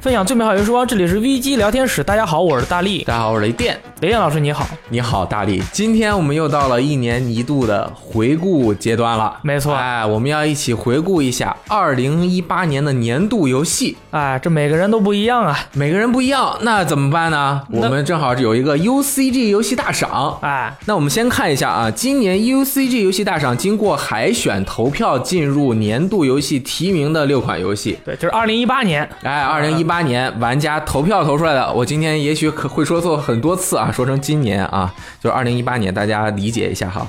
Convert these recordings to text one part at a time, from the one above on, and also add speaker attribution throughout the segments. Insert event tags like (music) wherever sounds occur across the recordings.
Speaker 1: 分享最美好游时光，这里是 V G 聊天室。大家好，我是大力，
Speaker 2: 大家好，我是雷电。
Speaker 1: 雷电老师你好，
Speaker 2: 你好，大力。今天我们又到了一年一度的回顾阶段了，
Speaker 1: 没错
Speaker 2: 哎，我们要一起回顾一下二零一八年的年度游戏。
Speaker 1: 哎，这每个人都不一样啊，
Speaker 2: 每个人不一样，那怎么办呢？
Speaker 1: 那
Speaker 2: 我们正好有一个 UCG 游戏大赏。
Speaker 1: 哎，
Speaker 2: 那我们先看一下啊，今年 UCG 游戏大赏经过海选投票进入年度游戏提名的六款游戏。
Speaker 1: 对，就是二零一八年，
Speaker 2: 哎，二零一八年玩家投票投出来的，我今天也许可会说错很多次啊，说成今年啊，就是二零一八年，大家理解一下哈。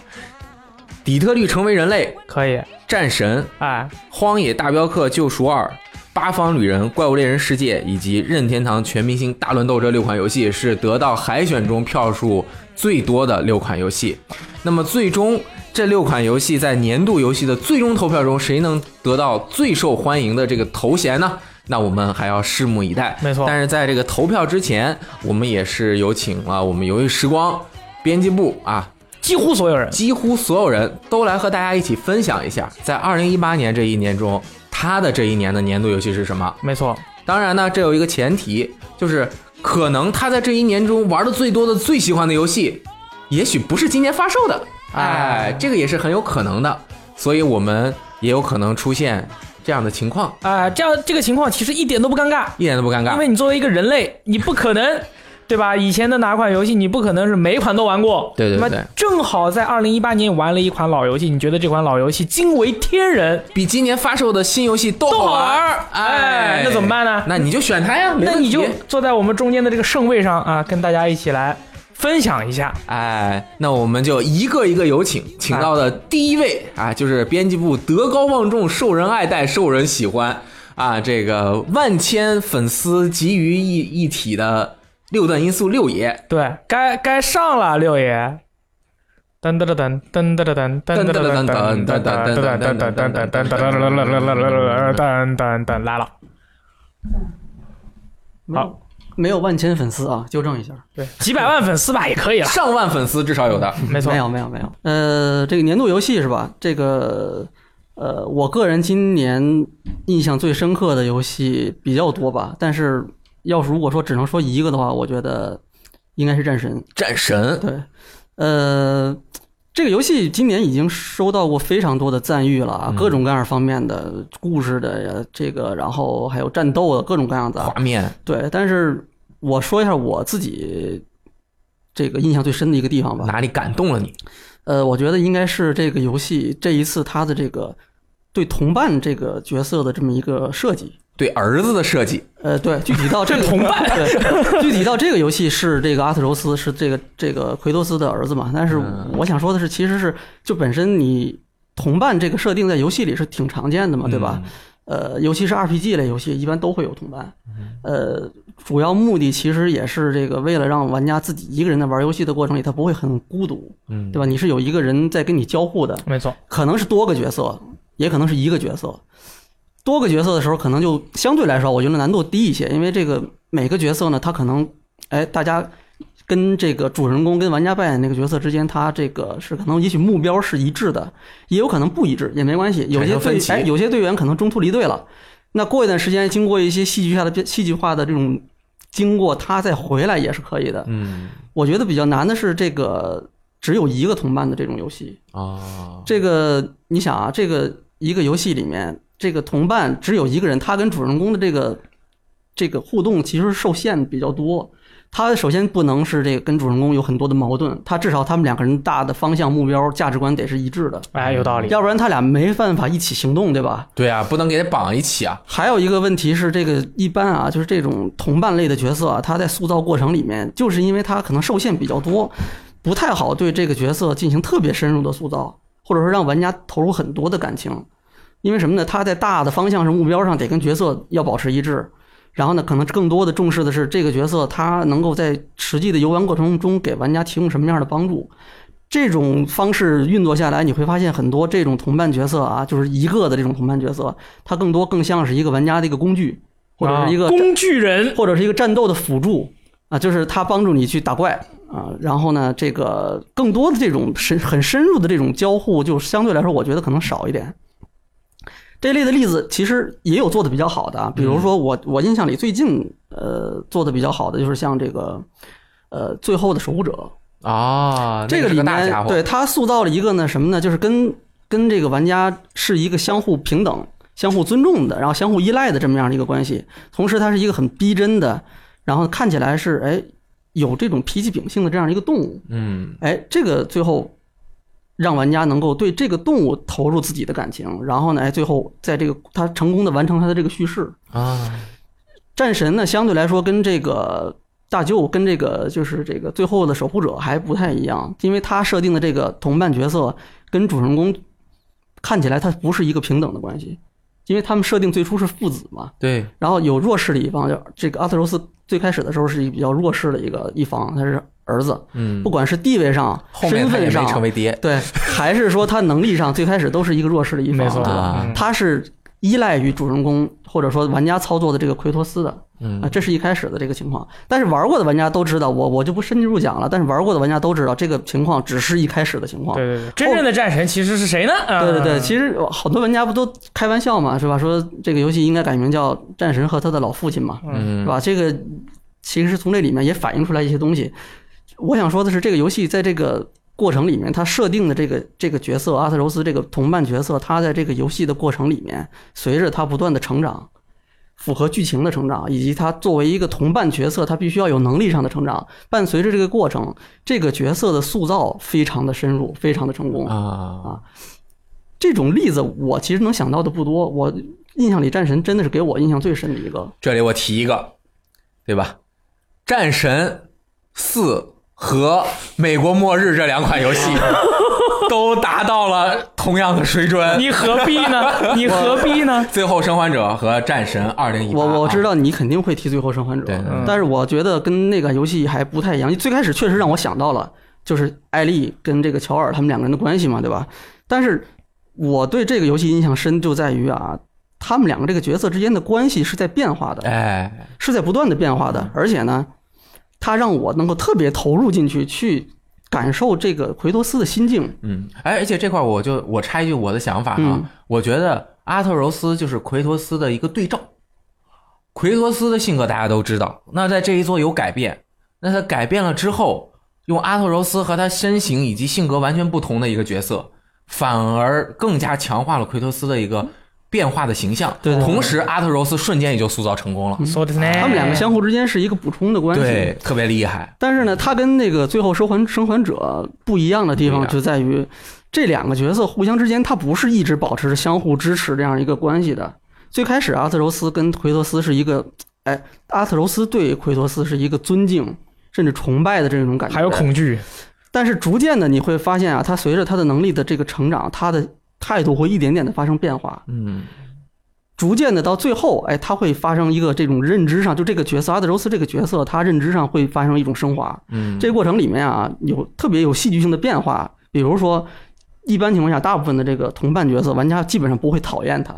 Speaker 2: 底特律成为人类、
Speaker 1: 可以，
Speaker 2: 战神、
Speaker 1: 哎，
Speaker 2: 荒野大镖客救赎二、八方旅人、怪物猎人世界以及任天堂全明星大乱斗这六款游戏是得到海选中票数最多的六款游戏。那么最终这六款游戏在年度游戏的最终投票中，谁能得到最受欢迎的这个头衔呢？那我们还要拭目以待。
Speaker 1: 没错
Speaker 2: 但是在这个投票之前，我们也是有请了我们游戏时光编辑部啊
Speaker 1: 几乎所有人，
Speaker 2: 几乎所有人都来和大家一起分享一下，在二零一八年这一年中，他的这一年的年度游戏是什么？
Speaker 1: 没错，
Speaker 2: 当然呢，这有一个前提，就是可能他在这一年中玩的最多的、最喜欢的游戏，也许不是今年发售的，哎
Speaker 1: 哎，
Speaker 2: 这个也是很有可能的，所以我们也有可能出现这样的情况，
Speaker 1: 哎，这样这个情况其实一点都不尴尬，
Speaker 2: 一点都不尴
Speaker 1: 因
Speaker 2: 尬。
Speaker 1: 为你作为一个人类，你不可能。 (laughs) 对吧？以前的哪款游戏你不可能是每一款都玩过，
Speaker 2: 对对
Speaker 1: 那么
Speaker 2: 对
Speaker 1: 正好在二零一八年玩了一款老游戏，你觉得这款老游戏惊为天人，
Speaker 2: 比今年发售的新游戏都
Speaker 1: 都
Speaker 2: 好
Speaker 1: 好玩
Speaker 2: 玩，
Speaker 1: 儿，哎，那怎么办呢？
Speaker 2: 那你就选它呀，没
Speaker 1: 那
Speaker 2: 问
Speaker 1: 你就
Speaker 2: 题
Speaker 1: 坐在我们中间的这个圣位上啊，跟大家一起来分享一下。
Speaker 2: 哎，那我们就一个一个有请，请到的第一位啊，就是编辑部德高望重、受人爱戴、受人喜欢啊，这个万千粉丝集于一一体的六段音速六爷，
Speaker 1: 对，该该上了，六爷。噔噔噔噔噔噔噔噔噔噔噔噔噔噔噔噔噔噔噔噔噔噔来了。
Speaker 3: 没有
Speaker 1: 好
Speaker 3: 没有万千粉丝啊，纠正一下，
Speaker 1: 对，几百万粉丝吧也可以了。
Speaker 2: 上万粉丝至少有的。
Speaker 1: 没错
Speaker 3: 没，有没有没有。呃，这个年度游戏是吧？这个呃，我个人今年印象最深刻的游戏比较多吧，但是要是如果说只能说一个的话，我觉得应该是战神。
Speaker 2: 战神，
Speaker 3: 对，呃，这个游戏今年已经收到过非常多的赞誉
Speaker 1: 嗯
Speaker 3: 了啊，各种各样方面的故事的这个，然后还有战斗的各种各样的啊
Speaker 2: 画面
Speaker 3: 对，但是我说一下我自己这个印象最深的一个地方吧。
Speaker 2: 哪里感动了你？
Speaker 3: 呃，我觉得应该是这个游戏这一次它的这个对同伴这个角色的这么一个设计。
Speaker 2: 对儿子的设计，
Speaker 3: 呃，对，具体到这个 (laughs) 同伴，对，具体到这个游戏是这个阿特柔斯是这个这个奎托斯的儿子嘛？但是
Speaker 2: 嗯
Speaker 3: 我想说的是，其实是就本身你同伴这个设定在游戏里是挺常见的
Speaker 2: 嗯
Speaker 3: 嘛，对吧？呃，尤其是 RPG 类游戏，一般都会有同伴。呃，主要目的其实也是这个为了让玩家自己一个人在玩游戏的过程里，他不会很孤独，
Speaker 2: 嗯
Speaker 3: 对吧？你是有一个人在跟你交互的，
Speaker 1: 没错，
Speaker 3: 可能是多个角色，也可能是一个角色。多个角色的时候，可能就相对来说，我觉得难度低一些，因为这个每个角色呢，他可能，哎，大家跟这个主人公跟玩家扮演那个角色之间，他这个是可能也许目标是一致的，也有可能不一致，也没关系。有
Speaker 2: 产
Speaker 3: 些
Speaker 2: 生分
Speaker 3: 队
Speaker 2: 歧
Speaker 3: 哎，有些队员可能中途离队了，那过一段时间，经过一些戏剧化的戏剧化的这种经过，他再回来也是可以的。
Speaker 2: 嗯
Speaker 3: 我觉得比较难的是这个只有一个同伴的这种游戏，
Speaker 2: 啊，
Speaker 3: 这个你想啊，这个一个游戏里面，这个同伴只有一个人，他跟主人公的这个这个互动其实受限比较多。他首先不能是这个跟主人公有很多的矛盾，他至少他们两个人大的方向、目标、价值观得是一致的，
Speaker 1: 哎，有道理。
Speaker 3: 要不然他俩没办法一起行动，对吧？
Speaker 2: 对啊，不能给他绑一起啊。
Speaker 3: 还有一个问题是，这个一般啊，就是这种同伴类的角色啊，他在塑造过程里面，就是因为他可能受限比较多，不太好对这个角色进行特别深入的塑造，或者说让玩家投入很多的感情。因为什么呢？他在大的方向上、目标上得跟角色要保持一致，然后呢，可能更多的重视的是这个角色他能够在实际的游玩过程中给玩家提供什么样的帮助。这种方式运作下来，你会发现很多这种同伴角色啊，就是一个的这种同伴角色，它更多更像是一个玩家的一个工具，或者是一个
Speaker 1: 啊
Speaker 3: 战
Speaker 1: 工具人，
Speaker 3: 或者是一个战斗的辅助啊，就是它帮助你去打怪啊。然后呢，这个更多的这种深很深入的这种交互，就相对来说，我觉得可能少一点。这类的例子其实也有做的比较好的啊，比如说我我印象里最近呃做的比较好的就是像这个呃最后的守护者，
Speaker 2: 啊，
Speaker 3: 这
Speaker 2: 个
Speaker 3: 里
Speaker 2: 是大家
Speaker 3: 面
Speaker 2: 伙，
Speaker 3: 对他塑造了一个呢什么呢？就是跟跟这个玩家是一个相互平等、相互尊重的，然后相互依赖的这么样的一个关系。同时，它是一个很逼真的，然后看起来是哎有这种脾气秉性的这样一个动物。
Speaker 2: 嗯
Speaker 3: 哎，这个最后让玩家能够对这个动物投入自己的感情，然后呢，哎，最后在这个他成功的完成他的这个叙事。
Speaker 2: 啊，
Speaker 3: 战神呢，相对来说跟这个大舅跟这个就是这个最后的守护者还不太一样，因为他设定的这个同伴角色跟主人公看起来他不是一个平等的关系，因为他们设定最初是父子嘛，
Speaker 2: 对，
Speaker 3: 然后有弱势的一方，就这个阿特柔斯最开始的时候是一比较弱势的一个一方，他是儿子，
Speaker 2: 嗯
Speaker 3: 不，管是地位上、
Speaker 2: 后面
Speaker 3: 身
Speaker 2: 他也
Speaker 3: 份
Speaker 2: 没
Speaker 3: 上，
Speaker 2: 成为爹，
Speaker 3: 对，还是说他能力上最开始都是一个弱势的一方，
Speaker 1: 没错，
Speaker 2: 啊
Speaker 1: 嗯
Speaker 3: 他是依赖于主人公或者说玩家操作的这个奎托斯的。
Speaker 2: 嗯
Speaker 3: 啊，这是一开始的这个情况。但是玩过的玩家都知道，我我就不深入讲了。但是玩过的玩家都知道，这个情况只是一开始的情况。
Speaker 1: 对对对，真正的战神其实是谁呢？啊
Speaker 3: 对对对，其实好多玩家不都开玩笑嘛，是吧？说这个游戏应该改名叫《战神和他的老父亲》嘛，是
Speaker 2: 嗯，
Speaker 3: 吧？这个其实从这里面也反映出来一些东西。我想说的是，这个游戏在这个过程里面，它设定的这个这个角色阿特柔斯这个同伴角色，他在这个游戏的过程里面，随着他不断的成长，符合剧情的成长，以及他作为一个同伴角色，他必须要有能力上的成长。伴随着这个过程，这个角色的塑造非常的深入，非常的成功。
Speaker 2: 啊，
Speaker 3: 这种例子我其实能想到的不多，我印象里战神真的是给我印象最深的一个。
Speaker 2: 这里我提一个，对吧？战神四和美国末日这两款游
Speaker 3: (laughs)
Speaker 2: 戏都达到了同样的水准。
Speaker 1: 你何必呢？你何必呢？
Speaker 2: 最后生还者和战神二零一八，
Speaker 3: 我我知道你肯定会提《最后生还者
Speaker 2: 啊对》
Speaker 1: 嗯，
Speaker 3: 但是我觉得跟那个游戏还不太一样。最开始确实让我想到了，就是艾丽跟这个乔尔他们两个人的关系嘛，对吧？但是我对这个游戏印象深就在于啊，他们两个这个角色之间的关系是在变化的，
Speaker 2: 哎，嗯
Speaker 3: 是在不断的变化的，而且呢，它让我能够特别投入进去，去感受这个奎托斯的心境。
Speaker 2: 嗯，哎，而且这块儿我就我插一句我的想法啊，
Speaker 3: 嗯
Speaker 2: 我觉得阿特柔斯就是奎托斯的一个对照。奎托斯的性格大家都知道，那在这一座有改变，那他改变了之后，用阿特柔斯和他身形以及性格完全不同的一个角色，反而更加强化了奎托斯的一个变化的形象。
Speaker 3: 嗯对对对
Speaker 2: 同时阿特柔斯瞬间也就塑造成功了，
Speaker 1: 说的是呢，
Speaker 3: 他们两个相互之间是一个补充的关系。
Speaker 2: 哎对，特别厉害。
Speaker 3: 但是呢，它跟那个《最后生还生还者》不一样的地
Speaker 2: 不一
Speaker 3: 方
Speaker 2: 样
Speaker 3: 就在于，这两个角色互相之间，它不是一直保持着相互支持这样一个关系的。最开始，阿特柔斯跟奎托斯是一个，哎，阿特柔斯对奎托斯是一个尊敬甚至崇拜的这种感觉，
Speaker 1: 还有恐惧，
Speaker 3: 但是逐渐的你会发现啊，他随着他的能力的这个成长，他的态度会一点点的发生变化。
Speaker 2: 嗯，
Speaker 3: 逐渐的到最后，哎，他会发生一个这种认知上，就这个角色阿特柔斯这个角色，他认知上会发生一种升华。
Speaker 2: 嗯
Speaker 3: 这个过程里面啊，有特别有戏剧性的变化，比如说，一般情况下，大部分的这个同伴角色，玩家基本上不会讨厌他，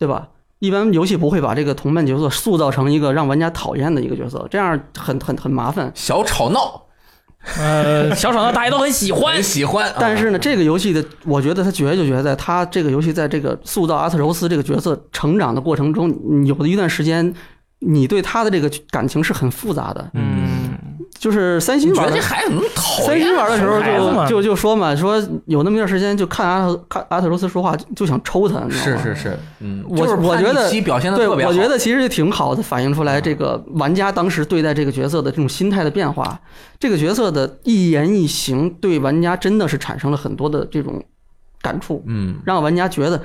Speaker 3: 对吧？一般游戏不会把这个同伴角色塑造成一个让玩家讨厌的一个角色，这样很很很麻烦。
Speaker 2: 小吵闹，
Speaker 1: 呃，小吵闹大家都很喜欢
Speaker 2: 很，喜欢。啊
Speaker 3: 但是呢，这个游戏的，我觉得它绝就绝在它这个游戏在这个塑造阿特柔斯这个角色成长的过程中，你有的一段时间，你对他的这个感情是很复杂的。
Speaker 2: 嗯，
Speaker 3: 就是三
Speaker 2: 你
Speaker 3: 星
Speaker 2: 觉
Speaker 3: 玩
Speaker 2: 得
Speaker 3: 的
Speaker 2: 这孩子怎么那么讨
Speaker 3: 三
Speaker 2: 厌？啊
Speaker 3: 星玩的时候
Speaker 1: 孩子嘛
Speaker 3: 就就就说嘛，说有那么一段时间就看阿特看阿特柔斯说话就就想抽他，你知道
Speaker 2: 是
Speaker 3: 吗？
Speaker 2: 是是，嗯，
Speaker 3: 我
Speaker 2: 就是
Speaker 3: 我
Speaker 2: 叛逆
Speaker 3: 觉得
Speaker 2: 期表现的
Speaker 3: 对，
Speaker 2: 特别好。嗯
Speaker 3: 我觉得其实挺好的，反映出来这个玩家当时对待这个角色的这种心态的变化。这个角色的一言一行对玩家真的是产生了很多的这种感触，
Speaker 2: 嗯，
Speaker 3: 让玩家觉得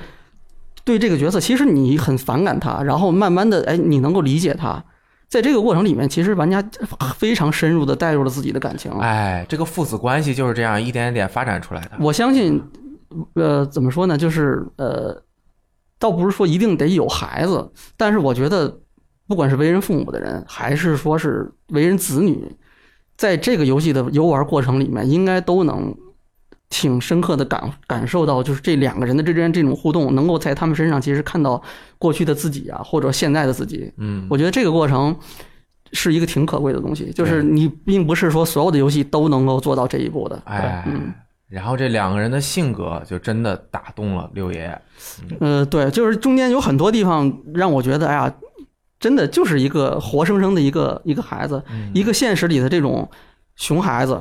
Speaker 3: 对这个角色其实你很反感他，然后慢慢的哎你能够理解他。在这个过程里面，其实玩家非常深入的带入了自己的感情。
Speaker 2: 哎，这个父子关系就是这样一点一点发展出来的。
Speaker 3: 我相信，呃，怎么说呢？就是呃，倒不是说一定得有孩子，但是我觉得，不管是为人父母的人，还是说是为人子女，在这个游戏的游玩过程里面，应该都能挺深刻的感感受到，就是这两个人的之间这种互动，能够在他们身上其实看到过去的自己啊，或者现在的自己。
Speaker 2: 嗯，
Speaker 3: 我觉得这个过程。是一个挺可贵的东西，就是你并不是说所有的游戏都能够做到这一步的。
Speaker 2: 哎
Speaker 3: 嗯，
Speaker 2: 然后这两个人的性格就真的打动了六爷爷。
Speaker 3: 呃，对，就是中间有很多地方让我觉得，哎呀，真的就是一个活生生的一个一个孩子，
Speaker 2: 嗯
Speaker 3: 一个现实里的这种熊孩子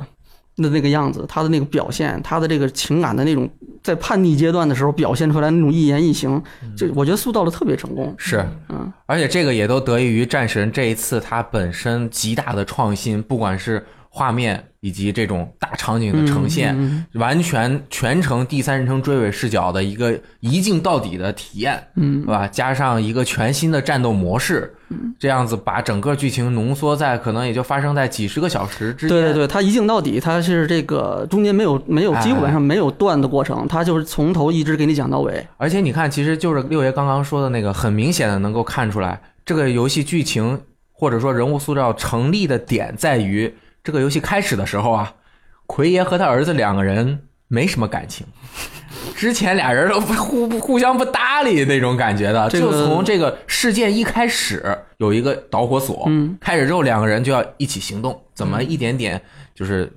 Speaker 3: 的那个样子，他的那个表现，他的这个情感的那种在叛逆阶段的时候表现出来的那种一言一行，
Speaker 2: 嗯
Speaker 3: 就我觉得塑造的特别成功。
Speaker 2: 是，
Speaker 3: 嗯，
Speaker 2: 而且这个也都得益于战神这一次他本身极大的创新，不管是画面以及这种大场景的呈现，
Speaker 3: 嗯
Speaker 2: 完全全程第三人称追尾视角的一个一镜到底的体验，
Speaker 3: 嗯
Speaker 2: 对吧？加上一个全新的战斗模式，这样子把整个剧情浓缩在可能也就发生在几十个小时之间。
Speaker 3: 嗯对对对，他一镜到底，他是这个中间没有没有
Speaker 2: 哎
Speaker 3: 基本上没有断的过程，他就是从头一直给你讲到尾。
Speaker 2: 而且你看，其实就是六爷刚刚说的那个，很明显的能够看出来，这个游戏剧情或者说人物塑造成立的点在于，这个游戏开始的时候啊，奎爷和他儿子两个人没什么感情，之前俩人都不互不互相不搭理那种感觉的，
Speaker 3: 这个
Speaker 2: 就从这个事件一开始有一个导火索，
Speaker 3: 嗯，
Speaker 2: 开始之后两个人就要一起行动，怎么一点点就是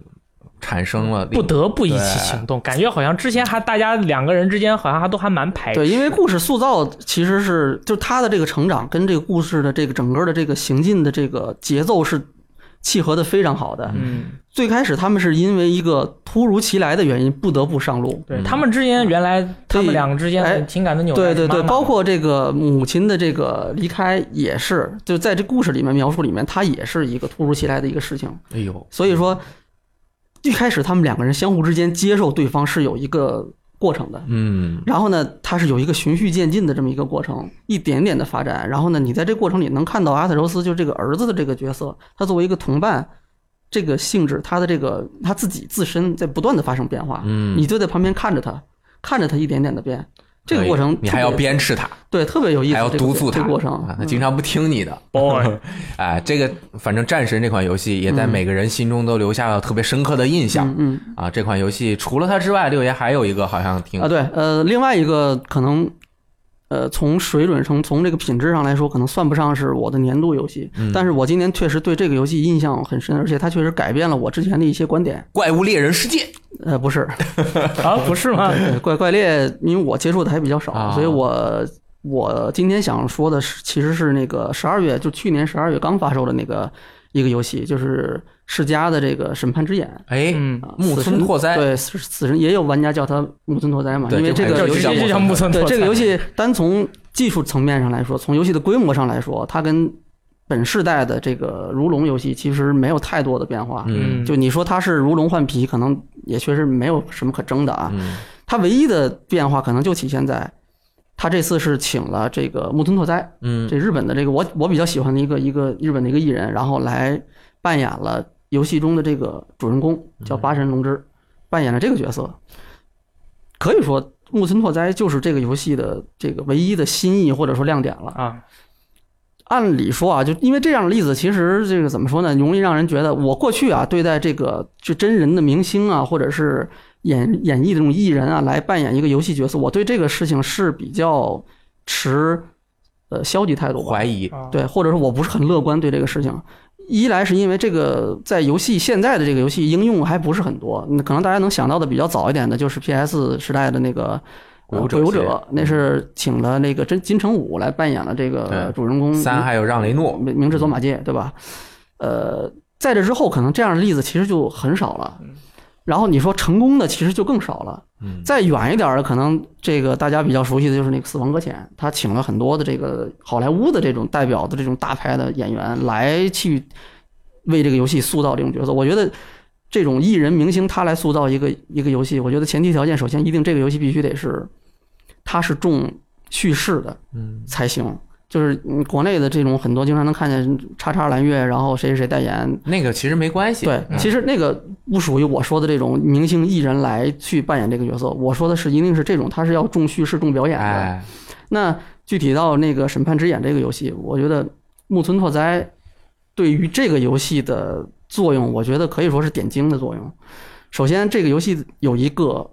Speaker 2: 产生了
Speaker 1: 不得不一起行动，感觉好像之前还大家两个人之间好像还都还蛮排斥。
Speaker 3: 对，因为故事塑造其实是就他的这个成长跟这个故事的这个整个的这个行进的这个节奏是契合的非常好的。
Speaker 1: 嗯，
Speaker 3: 最开始他们是因为一个突如其来的原因不得不上路，
Speaker 1: 对嗯他们之间原来他们两个之间的情感的纽带
Speaker 3: 哎对
Speaker 1: 是
Speaker 3: 对
Speaker 1: 妈妈，
Speaker 3: 对，包括这个母亲的这个离开也是，就在这故事里面描述里面，它也是一个突如其来的一个事情。
Speaker 2: 哎呦，
Speaker 3: 所以说，一开始他们两个人相互之间接受对方是有一个过程的，
Speaker 2: 嗯，
Speaker 3: 然后呢，它是有一个循序渐进的这么一个过程，一点点的发展。然后呢，你在这过程里能看到阿啊特柔斯就这个儿子的这个角色，他作为一个同伴，这个性质，他的这个他自己自身在不断的发生变化。
Speaker 2: 嗯
Speaker 3: 你就在旁边看着他，看着他一点点的变，这个
Speaker 2: 可以
Speaker 3: 过程
Speaker 2: 哎你还要
Speaker 3: 特别
Speaker 2: 鞭笞他。
Speaker 3: 对特别有意思，
Speaker 2: 还要
Speaker 3: 这个
Speaker 2: 督促
Speaker 3: 这
Speaker 2: 他，
Speaker 3: 个过程嗯
Speaker 2: 啊，他经常不听你的。
Speaker 1: (laughs) boy，
Speaker 2: 哎，这个反正《战神》这款游戏也在每个人心中都留下了特别深刻的印象
Speaker 3: 嗯嗯。
Speaker 2: 啊。这款游戏除了它之外，六爷还有一个好像挺
Speaker 3: 啊，对，呃，另外一个可能，呃，从水准上，从这个品质上来说，可能算不上是我的年度游戏，
Speaker 2: 嗯
Speaker 3: 但是我今年确实对这个游戏印象很深，而且它确实改变了我之前的一些观点。
Speaker 2: 《怪物猎人世界》
Speaker 3: 呃，
Speaker 2: (laughs)
Speaker 3: 不是，
Speaker 1: 啊不是吗？
Speaker 3: 呃怪怪猎，因为我接触的还比较少，
Speaker 2: 啊
Speaker 3: 所以我我今天想说的是，其实是那个十二月，就去年十二月刚发售的那个一个游戏，就是世嘉的这个《审判之眼》。
Speaker 2: 哎，
Speaker 1: 嗯
Speaker 3: 啊
Speaker 2: 木
Speaker 3: 死
Speaker 2: 村
Speaker 3: 神
Speaker 2: 拓哉
Speaker 3: 对，死死神也有玩家叫它木村拓哉嘛，
Speaker 2: 对
Speaker 3: 因为
Speaker 2: 这
Speaker 3: 这
Speaker 2: 款
Speaker 3: 个
Speaker 1: 就
Speaker 3: 游
Speaker 1: 直
Speaker 3: 戏
Speaker 1: 接就叫木 (laughs) 村拓
Speaker 3: 对
Speaker 1: 哉
Speaker 3: 这个游戏，单从技术层面上来说，从游戏的规模上来说，它跟本世代的这个如龙游戏其实没有太多的变化。
Speaker 2: 嗯
Speaker 1: 嗯，
Speaker 3: 就你说它是如龙换皮，可能也确实没有什么可争的啊。
Speaker 2: 嗯
Speaker 3: 它唯一的变化可能就体现在，它这次是请了这个木村拓哉，
Speaker 2: 嗯
Speaker 3: 这日本的这个我我比较喜欢的一个一个日本的一个艺人，然后来扮演了游戏中的这个主人公，叫八神龙之，扮演了这个角色。可以说，木村拓哉就是这个游戏的这个唯一的新意或者说亮点了。
Speaker 1: 啊，
Speaker 3: 按理说啊，就因为这样的例子，其实这个怎么说呢，容易让人觉得我过去啊对待这个就真人的明星啊，或者是演演绎的这种艺人啊，来扮演一个游戏角色，我对这个事情是比较持呃消极态度吧。
Speaker 2: 怀疑，
Speaker 1: 啊，
Speaker 3: 对，或者说我不是很乐观对这个事情。一来是因为这个在游戏现在的这个游戏应用还不是很多，嗯可能大家能想到的比较早一点的就是 PS 时代的那个
Speaker 2: 鬼
Speaker 3: 呃
Speaker 2: 武者
Speaker 3: 鬼武
Speaker 2: 系列
Speaker 3: 者，那是请了那个真金城武来扮演了
Speaker 2: 对
Speaker 3: 这个主人公
Speaker 2: 三还有让雷诺，
Speaker 3: 明明智走
Speaker 2: 嗯
Speaker 3: 马界，对吧？呃，在这之后，可能这样的例子其实就很少了。然后你说成功的其实就更少了。
Speaker 2: 嗯
Speaker 3: 再远一点儿的，可能这个大家比较熟悉的就是那个《死亡搁浅》，他请了很多的这个好莱坞的这种代表的这种大牌的演员来去为这个游戏塑造这种角色。我觉得这种艺人明星他来塑造一个一个游戏，我觉得前提条件首先一定这个游戏必须得是它是重叙事的，
Speaker 2: 嗯，
Speaker 3: 才行。就是嗯国内的这种很多经常能看见叉叉蓝月，然后谁谁谁代言。
Speaker 2: 那个其实没关系，
Speaker 3: 对，其实那个不属于我说的这种明星艺人来去扮演这个角色。我说的是一定是这种，他是要重叙事、重表演的。
Speaker 2: 哎，
Speaker 3: 那具体到那个《审判之眼》这个游戏，我觉得木村拓哉对于这个游戏的作用，我觉得可以说是点睛的作用。首先，这个游戏有一个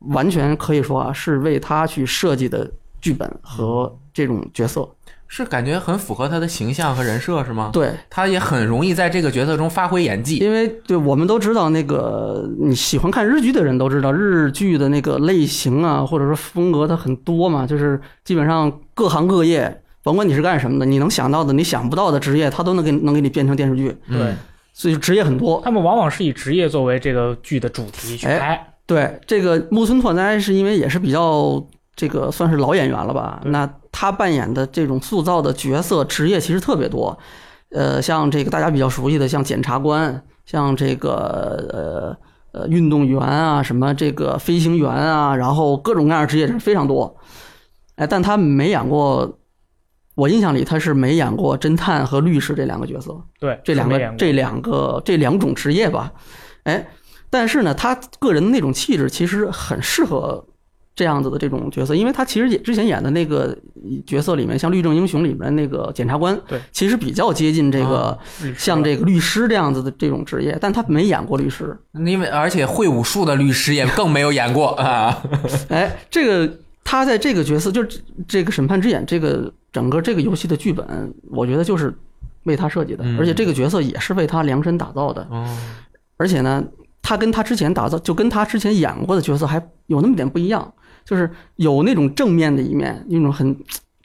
Speaker 3: 完全可以说啊，是为他去设计的剧本和这种角色。
Speaker 2: 是感觉很符合他的形象和人设是吗？
Speaker 3: 对，
Speaker 2: 他也很容易在这个角色中发挥演技。
Speaker 3: 因为对我们都知道，那个你喜欢看日剧的人都知道，日剧的那个类型啊，或者说风格，它很多嘛，就是基本上各行各业，甭管你是干什么的，你能想到的、你想不到的职业，它都能给能给你变成电视剧，
Speaker 1: 对，
Speaker 3: 所以职业很多。
Speaker 1: 他们往往是以职业作为这个剧的主题去
Speaker 3: 哎
Speaker 1: 拍，
Speaker 3: 对，这个木村拓哉是因为也是比较这个算是老演员了吧？那他扮演的这种塑造的角色职业其实特别多，呃，像这个大家比较熟悉的，像检察官，像这个呃呃运动员啊，什么这个飞行员啊，然后各种各样的职业非常多。哎，但他没演过，我印象里他是没演过侦探和律师这两个角色。
Speaker 1: 对，
Speaker 3: 这两
Speaker 1: 是
Speaker 3: 个
Speaker 1: 没演过
Speaker 3: 这两个这两种职业吧，哎，但是呢，他个人的那种气质其实很适合这样子的这种角色，因为他其实也之前演的那个角色里面，像《律政英雄》里面那个检察官，
Speaker 1: 对，
Speaker 3: 其实比较接近这个
Speaker 1: 律师
Speaker 3: 像这个律师这样子的这种职业，但他没演过律师，
Speaker 2: 因为而且会武术的律师也更没有演过啊。
Speaker 3: 哎，这个他在这个角色就是这这个审判之眼这个整个这个游戏的剧本，我觉得就是为他设计的
Speaker 2: 嗯，
Speaker 3: 而且这个角色也是为他量身打造的。而且呢，他跟他之前打造就跟他之前演过的角色还有那么点不一样，就是有那种正面的一面，那种很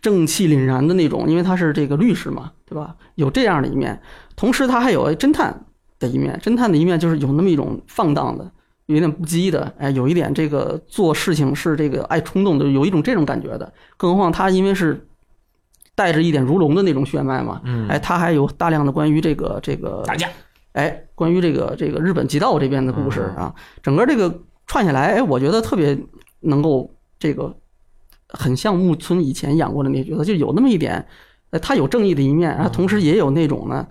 Speaker 3: 正气凛然的那种，因为他是这个律师嘛，对吧？有这样的一面，同时他还有侦探的一面，侦探的一面就是有那么一种放荡的。有一点不羁的，哎，有一点这个做事情是这个爱冲动的，有一种这种感觉的。更何况他因为是带着一点如龙的那种血脉嘛，
Speaker 2: 嗯
Speaker 3: 哎，他还有大量的关于这个这个
Speaker 2: 打架，
Speaker 3: 哎，关于这个这个日本极道这边的故事啊，整个这个串起来，哎，我觉得特别能够这个很像木村以前演过的那角色，就有那么一点，呃，他有正义的一面，然后同时也有那种呢，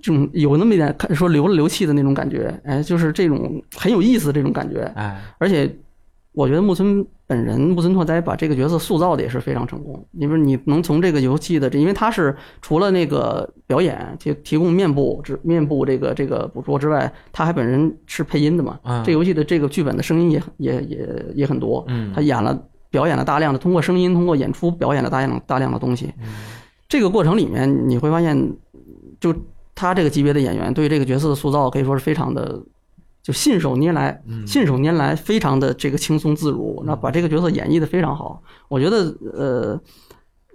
Speaker 3: 这种有那么一点看说流了流气的那种感觉，哎，就是这种很有意思的这种感觉，
Speaker 2: 哎，
Speaker 3: 而且。我觉得木村本人木村拓哉把这个角色塑造的也是非常成功，因为你能从这个游戏的，这因为他是除了那个表演提提供面部之面部这个这个捕捉之外，他还本人是配音的嘛。
Speaker 2: 嗯
Speaker 3: 这游戏的这个剧本的声音也很也也也很多，
Speaker 2: 嗯
Speaker 3: 他演了表演了大量的通过声音通过演出表演了大量大量的东西。这个过程里面你会发现，就他这个级别的演员对这个角色的塑造可以说是非常的。就信手拈来，
Speaker 1: 嗯
Speaker 3: 信手拈来，非常的这个轻松自如，那把这个角色演绎的非常好。我觉得，呃，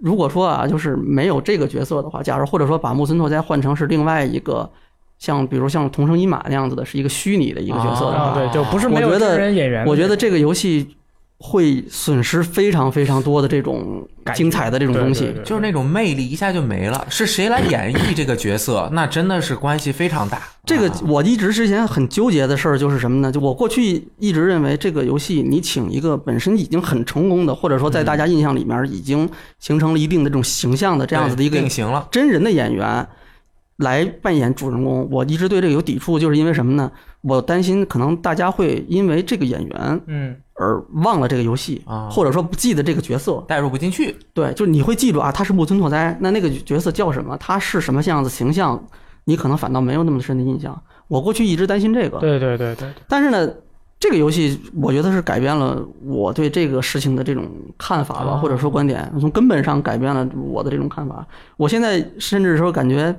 Speaker 3: 如果说啊，就是没有这个角色的话，假如或者说把木村拓哉换成是另外一个，像比如像桐生一马那样子的，是一个虚拟的一个角色的
Speaker 1: 啊，
Speaker 3: 话，
Speaker 1: 对，就不是
Speaker 3: 我
Speaker 1: 没有
Speaker 3: 觉得
Speaker 1: 真人演员的，
Speaker 3: 我觉得这个游戏会损失非常非常多的这种
Speaker 1: 感觉
Speaker 3: 精彩的这种
Speaker 1: 对
Speaker 3: 东
Speaker 1: 对
Speaker 3: 西
Speaker 1: 对。
Speaker 2: 就是那种魅力一下就没了。是谁来演绎这个角色，那真的是关系非常大。
Speaker 3: 这个
Speaker 2: 啊
Speaker 3: 我一直之前很纠结的事儿就是什么呢？就我过去一直认为这个游戏，你请一个本身已经很成功的，或者说
Speaker 1: 嗯
Speaker 3: 在大家印象里面已经形成了一定的这种形象的这样子的一个
Speaker 2: 定型了，
Speaker 3: 真人的演员来扮演主人公，我一直对这个有抵触，就是因为什么呢？我担心可能大家会因为这个演员
Speaker 1: 嗯，
Speaker 3: 而忘了这个游戏
Speaker 2: 啊，
Speaker 3: 或者说不记得这个角色。
Speaker 2: 代入不进去。
Speaker 3: 对，就是你会记住啊，他是木村拓哉，那那个角色叫什么？他是什么样子形象？你可能反倒没有那么深的印象。我过去一直担心这个，
Speaker 1: 对对对对，
Speaker 3: 但是呢，这个游戏我觉得是改变了我对这个事情的这种看法吧，
Speaker 2: 啊
Speaker 3: 或者说观点，从根本上改变了我的这种看法。我现在甚至说感觉，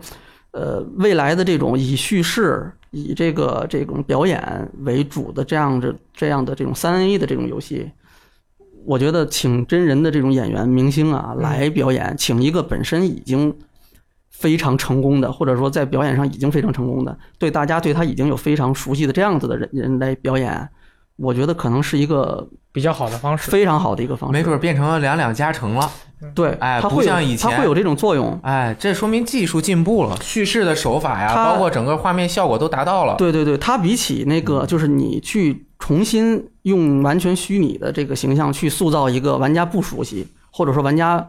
Speaker 3: 呃，未来的这种以叙事、以这个这种表演为主的这样的这样的这种三 A 的这种游戏。我觉得请真人的这种演员、明星啊
Speaker 2: 嗯
Speaker 3: 来表演，请一个本身已经非常成功的，或者说在表演上已经非常成功的，对大家对他已经有非常熟悉的这样子的人人来表演，我觉得可能是一个
Speaker 1: 比较好的方式，
Speaker 3: 非常好的一个方
Speaker 2: 没
Speaker 3: 式。
Speaker 2: 准变成了两两加成了，
Speaker 3: 对，
Speaker 2: 哎
Speaker 3: 它
Speaker 2: 不
Speaker 3: 会有
Speaker 2: 像以前
Speaker 3: 它会有这种作用。
Speaker 2: 哎，这说明技术进步了，叙事的手法呀，
Speaker 3: 它
Speaker 2: 包括整个画面效果都达到了。
Speaker 3: 对对对，它比起那
Speaker 1: 嗯
Speaker 3: 个就是你去重新用完全虚拟的这个形象去塑造一个玩家不熟悉，或者说玩家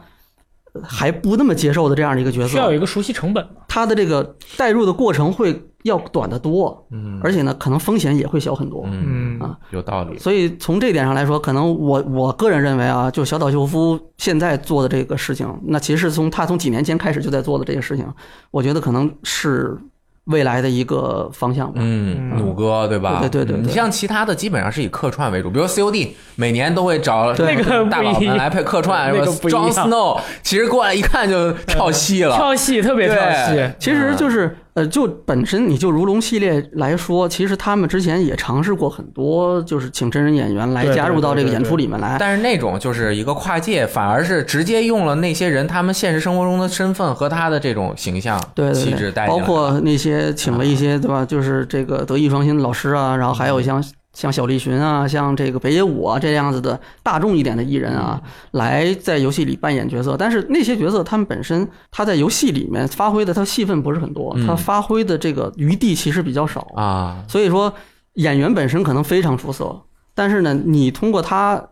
Speaker 3: 呃还不那么接受的这样的一个角色，
Speaker 1: 需要有一个熟悉成本嘛，
Speaker 3: 它的这个代入的过程会要短得多，
Speaker 2: 嗯
Speaker 3: 而且呢，可能风险也会小很多。
Speaker 2: 嗯，
Speaker 1: 嗯
Speaker 3: 啊
Speaker 2: 有道理。
Speaker 3: 所以从这点上来说，可能我我个人认为啊，就小岛秀夫现在做的这个事情，那其实是从他从几年前开始就在做的这个事情，我觉得可能是未来的一个方向吧。
Speaker 2: 嗯，弩哥对吧？嗯
Speaker 3: 对对对对对
Speaker 2: 你像其他的基本上是以客串为主，比如 COD 每年都会找
Speaker 3: 对
Speaker 1: 那个
Speaker 2: 大佬
Speaker 1: 不一样
Speaker 2: 们来配客串，
Speaker 1: 那个
Speaker 2: 是吧
Speaker 1: 不一样
Speaker 2: Jon Snow 其实过来一看就跳戏了，
Speaker 1: 跳戏特别跳戏
Speaker 2: 对，
Speaker 3: 其实就是呃，就本身你就如龙系列来说，其实他们之前也尝试过很多，就是请真人演员来
Speaker 1: 对对
Speaker 3: 加入到这个
Speaker 1: 对对
Speaker 3: 演出
Speaker 1: 对
Speaker 3: 里面来。
Speaker 2: 但是那种就是一个跨界，反而是直接用了那些人他们现实生活中的身份和他的这种形象、
Speaker 3: 对
Speaker 2: 气
Speaker 3: 对
Speaker 2: 质
Speaker 3: 对，
Speaker 2: 带进
Speaker 3: 包
Speaker 2: 来
Speaker 3: 括那些请了一些对吧，就是这个德艺双馨的老师啊，然后还有像像小栗旬啊，像这个北野武啊这样子的大众一点的艺人啊，来在游戏里扮演角色。但是那些角色他们本身他在游戏里面发挥的他戏份不是很多，他发挥的这个余地其实比较少
Speaker 2: 啊，
Speaker 3: 所以说演员本身可能非常出色，但是呢，你通过他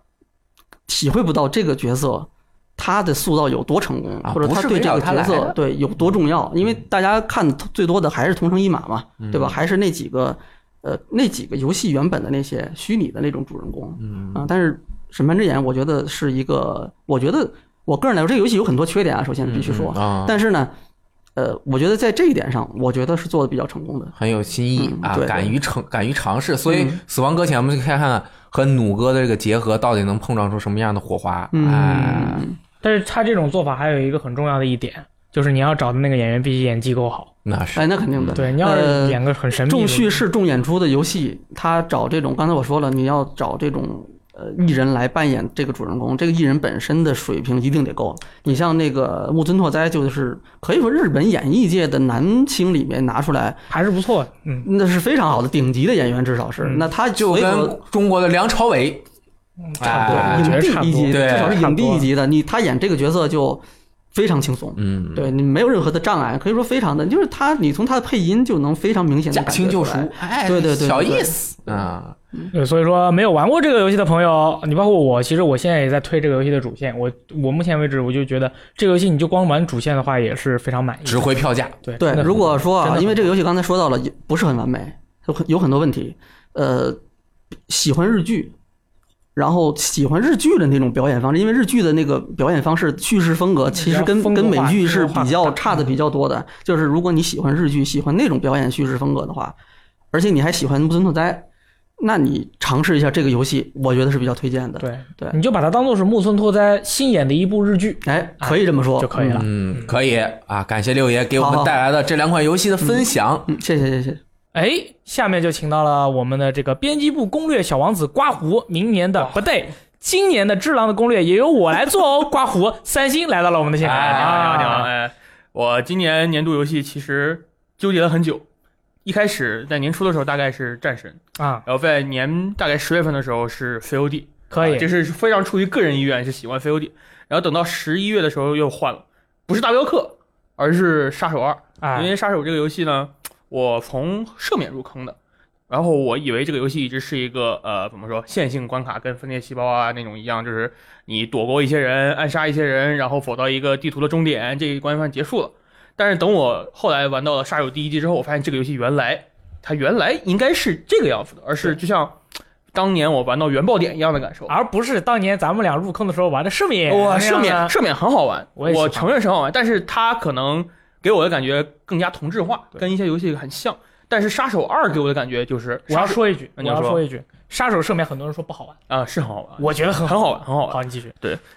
Speaker 3: 体会不到这个角色他的塑造有多成功，
Speaker 2: 啊
Speaker 3: 或者
Speaker 2: 不
Speaker 3: 他
Speaker 2: 是
Speaker 3: 对
Speaker 2: 围
Speaker 3: 这
Speaker 2: 绕
Speaker 3: 个
Speaker 2: 他
Speaker 3: 角
Speaker 2: 来的嗯
Speaker 3: 色对有多重要。因为大家看最多的还是同城一马嘛，对吧？还是那几个呃那几个游戏原本的那些虚拟的那种主人公，嗯啊，但是《审判之眼》我觉得是一个，我觉得我个人来说，这个游戏有很多缺点啊，首先必须说，
Speaker 2: 啊
Speaker 3: 但是呢。呃，我觉得在这一点上，我觉得是做的比较成功的。
Speaker 2: 很有新意
Speaker 3: 嗯
Speaker 2: 啊
Speaker 3: 对，对嗯
Speaker 2: 敢于尝敢于尝试。所以死亡搁浅，我们就看看和弩哥的这个结合到底能碰撞出什么样的火花。
Speaker 3: 嗯
Speaker 2: 哎，
Speaker 1: 但是他这种做法还有一个很重要的一点，就是你要找的那个演员必须演技够好。
Speaker 2: 那是
Speaker 3: 哎，那肯定的。
Speaker 1: 对，你要
Speaker 3: 呃
Speaker 1: 是演个很神秘的
Speaker 3: 重叙事、重演出的游戏，他找这种，刚才我说了，你要找这种呃艺人来扮演这个主人公，这个艺人本身的水平一定得够。你像那个木村拓哉，就是可以说日本演艺界的男星里面拿出来，
Speaker 1: 还是不错的，嗯，
Speaker 3: 那是非常好的顶级的演员，至少是。
Speaker 1: 嗯
Speaker 3: 那他
Speaker 2: 就
Speaker 3: 所以说
Speaker 2: 跟中国的梁朝伟
Speaker 1: 差不多，我
Speaker 2: 哎
Speaker 1: 觉
Speaker 3: 影
Speaker 1: 得差
Speaker 3: 帝
Speaker 1: 不
Speaker 3: 一级，
Speaker 1: 多。
Speaker 2: 对
Speaker 3: 至少是
Speaker 1: 差不
Speaker 3: 影帝
Speaker 1: 多
Speaker 3: 一级的，你他演这个角色就非常轻松。
Speaker 2: 嗯，
Speaker 3: 对你没有任何的障碍，可以说非常的，就是他，你从他的配音就能非常明显的
Speaker 2: 驾
Speaker 3: 感
Speaker 2: 轻
Speaker 3: 觉
Speaker 2: 就
Speaker 3: 出
Speaker 2: 熟
Speaker 3: 来。，
Speaker 2: 哎，
Speaker 3: 对对对对
Speaker 2: 小意思啊，
Speaker 1: 对，所以说没有玩过这个游戏的朋友，你包括我，其实我现在也在推这个游戏的主线。我我目前为止，我就觉得这个游戏你就光玩主线的话，也是非常满意的。
Speaker 2: 值回票价。
Speaker 1: 对
Speaker 3: 对
Speaker 1: 哎真，的
Speaker 3: 如果说
Speaker 1: 真的
Speaker 3: 啊，
Speaker 1: 很
Speaker 3: 因为这个游戏刚才说到了，也不是很完美，有很有很多问题。呃，喜欢日剧，然后喜欢日剧的那种表演方式，因为日剧的那个表演方式、叙事风格其实跟
Speaker 1: 比较风格
Speaker 3: 跟
Speaker 1: 化
Speaker 3: 美剧是比
Speaker 1: 风格
Speaker 3: 较
Speaker 1: 化
Speaker 3: 差的比较多的。就是如果你喜欢日剧，喜欢那种表演叙事风格的话，而且你还喜欢木村拓哉，那你尝试一下这个游戏，我觉得是比较推荐的。
Speaker 1: 对
Speaker 3: 对
Speaker 1: 你就把它当做是木村拓哉新演的一部日剧
Speaker 3: 哎，可以这么说，
Speaker 1: 啊就可以了。
Speaker 2: 嗯，可以啊，感谢六爷给我
Speaker 3: 好
Speaker 2: 们
Speaker 3: 好
Speaker 2: 带来的这两款游戏的分享。
Speaker 3: 嗯。嗯，谢谢谢谢。
Speaker 1: 哎，下面就请到了我们的这个编辑部攻略小王子刮胡，明年的不对，今年的《只狼》的攻略也由我来做
Speaker 4: (laughs)
Speaker 1: 哦。刮胡，三星来到了我们的现场，
Speaker 4: 哎，你好，你好，你好！
Speaker 1: 啊
Speaker 4: 哎，我今年年度游戏其实纠结了很久。一开始在年初的时候大概是战神，
Speaker 1: 啊，
Speaker 4: 然后在年大概十月份的时候是 COD，
Speaker 1: 可以
Speaker 4: 啊这是非常出于个人意愿是喜欢 COD。然后等到十一月的时候又换了，不是大镖客，而是杀手二。
Speaker 1: 啊
Speaker 4: 因，为杀手这个游戏呢，我从赦免入坑的，然后我以为这个游戏一直是一个呃怎么说线性关卡，跟分裂细胞啊那种一样，就是你躲过一些人，暗杀一些人，然后走到一个地图的终点，这一关算结束了。但是等我后来玩到了杀手第一季之后，我发现这个游戏原来它原来应该是这个样子的，而是就像当年我玩到原爆点一样的感受。
Speaker 1: 而不是当年咱们俩入坑的时候玩的哎赦免，那
Speaker 4: 哇，
Speaker 1: 样
Speaker 4: 赦免
Speaker 1: 的
Speaker 4: 赦免很好玩，
Speaker 1: 我也喜欢
Speaker 4: 承认是很好玩，但是它可能给我的感觉更加同质化，
Speaker 1: 对
Speaker 4: 跟一些游戏很像。但是杀手二给我的感觉就是
Speaker 1: 我要
Speaker 4: 杀手，
Speaker 1: 说一句，我
Speaker 4: 你要
Speaker 1: 要
Speaker 4: 说
Speaker 1: 说一句，杀手赦免很多人说不好玩，
Speaker 4: 啊、是很好玩，
Speaker 1: 我觉得很
Speaker 4: 很好
Speaker 1: 好
Speaker 4: 玩，很好玩。
Speaker 1: 好，你继续。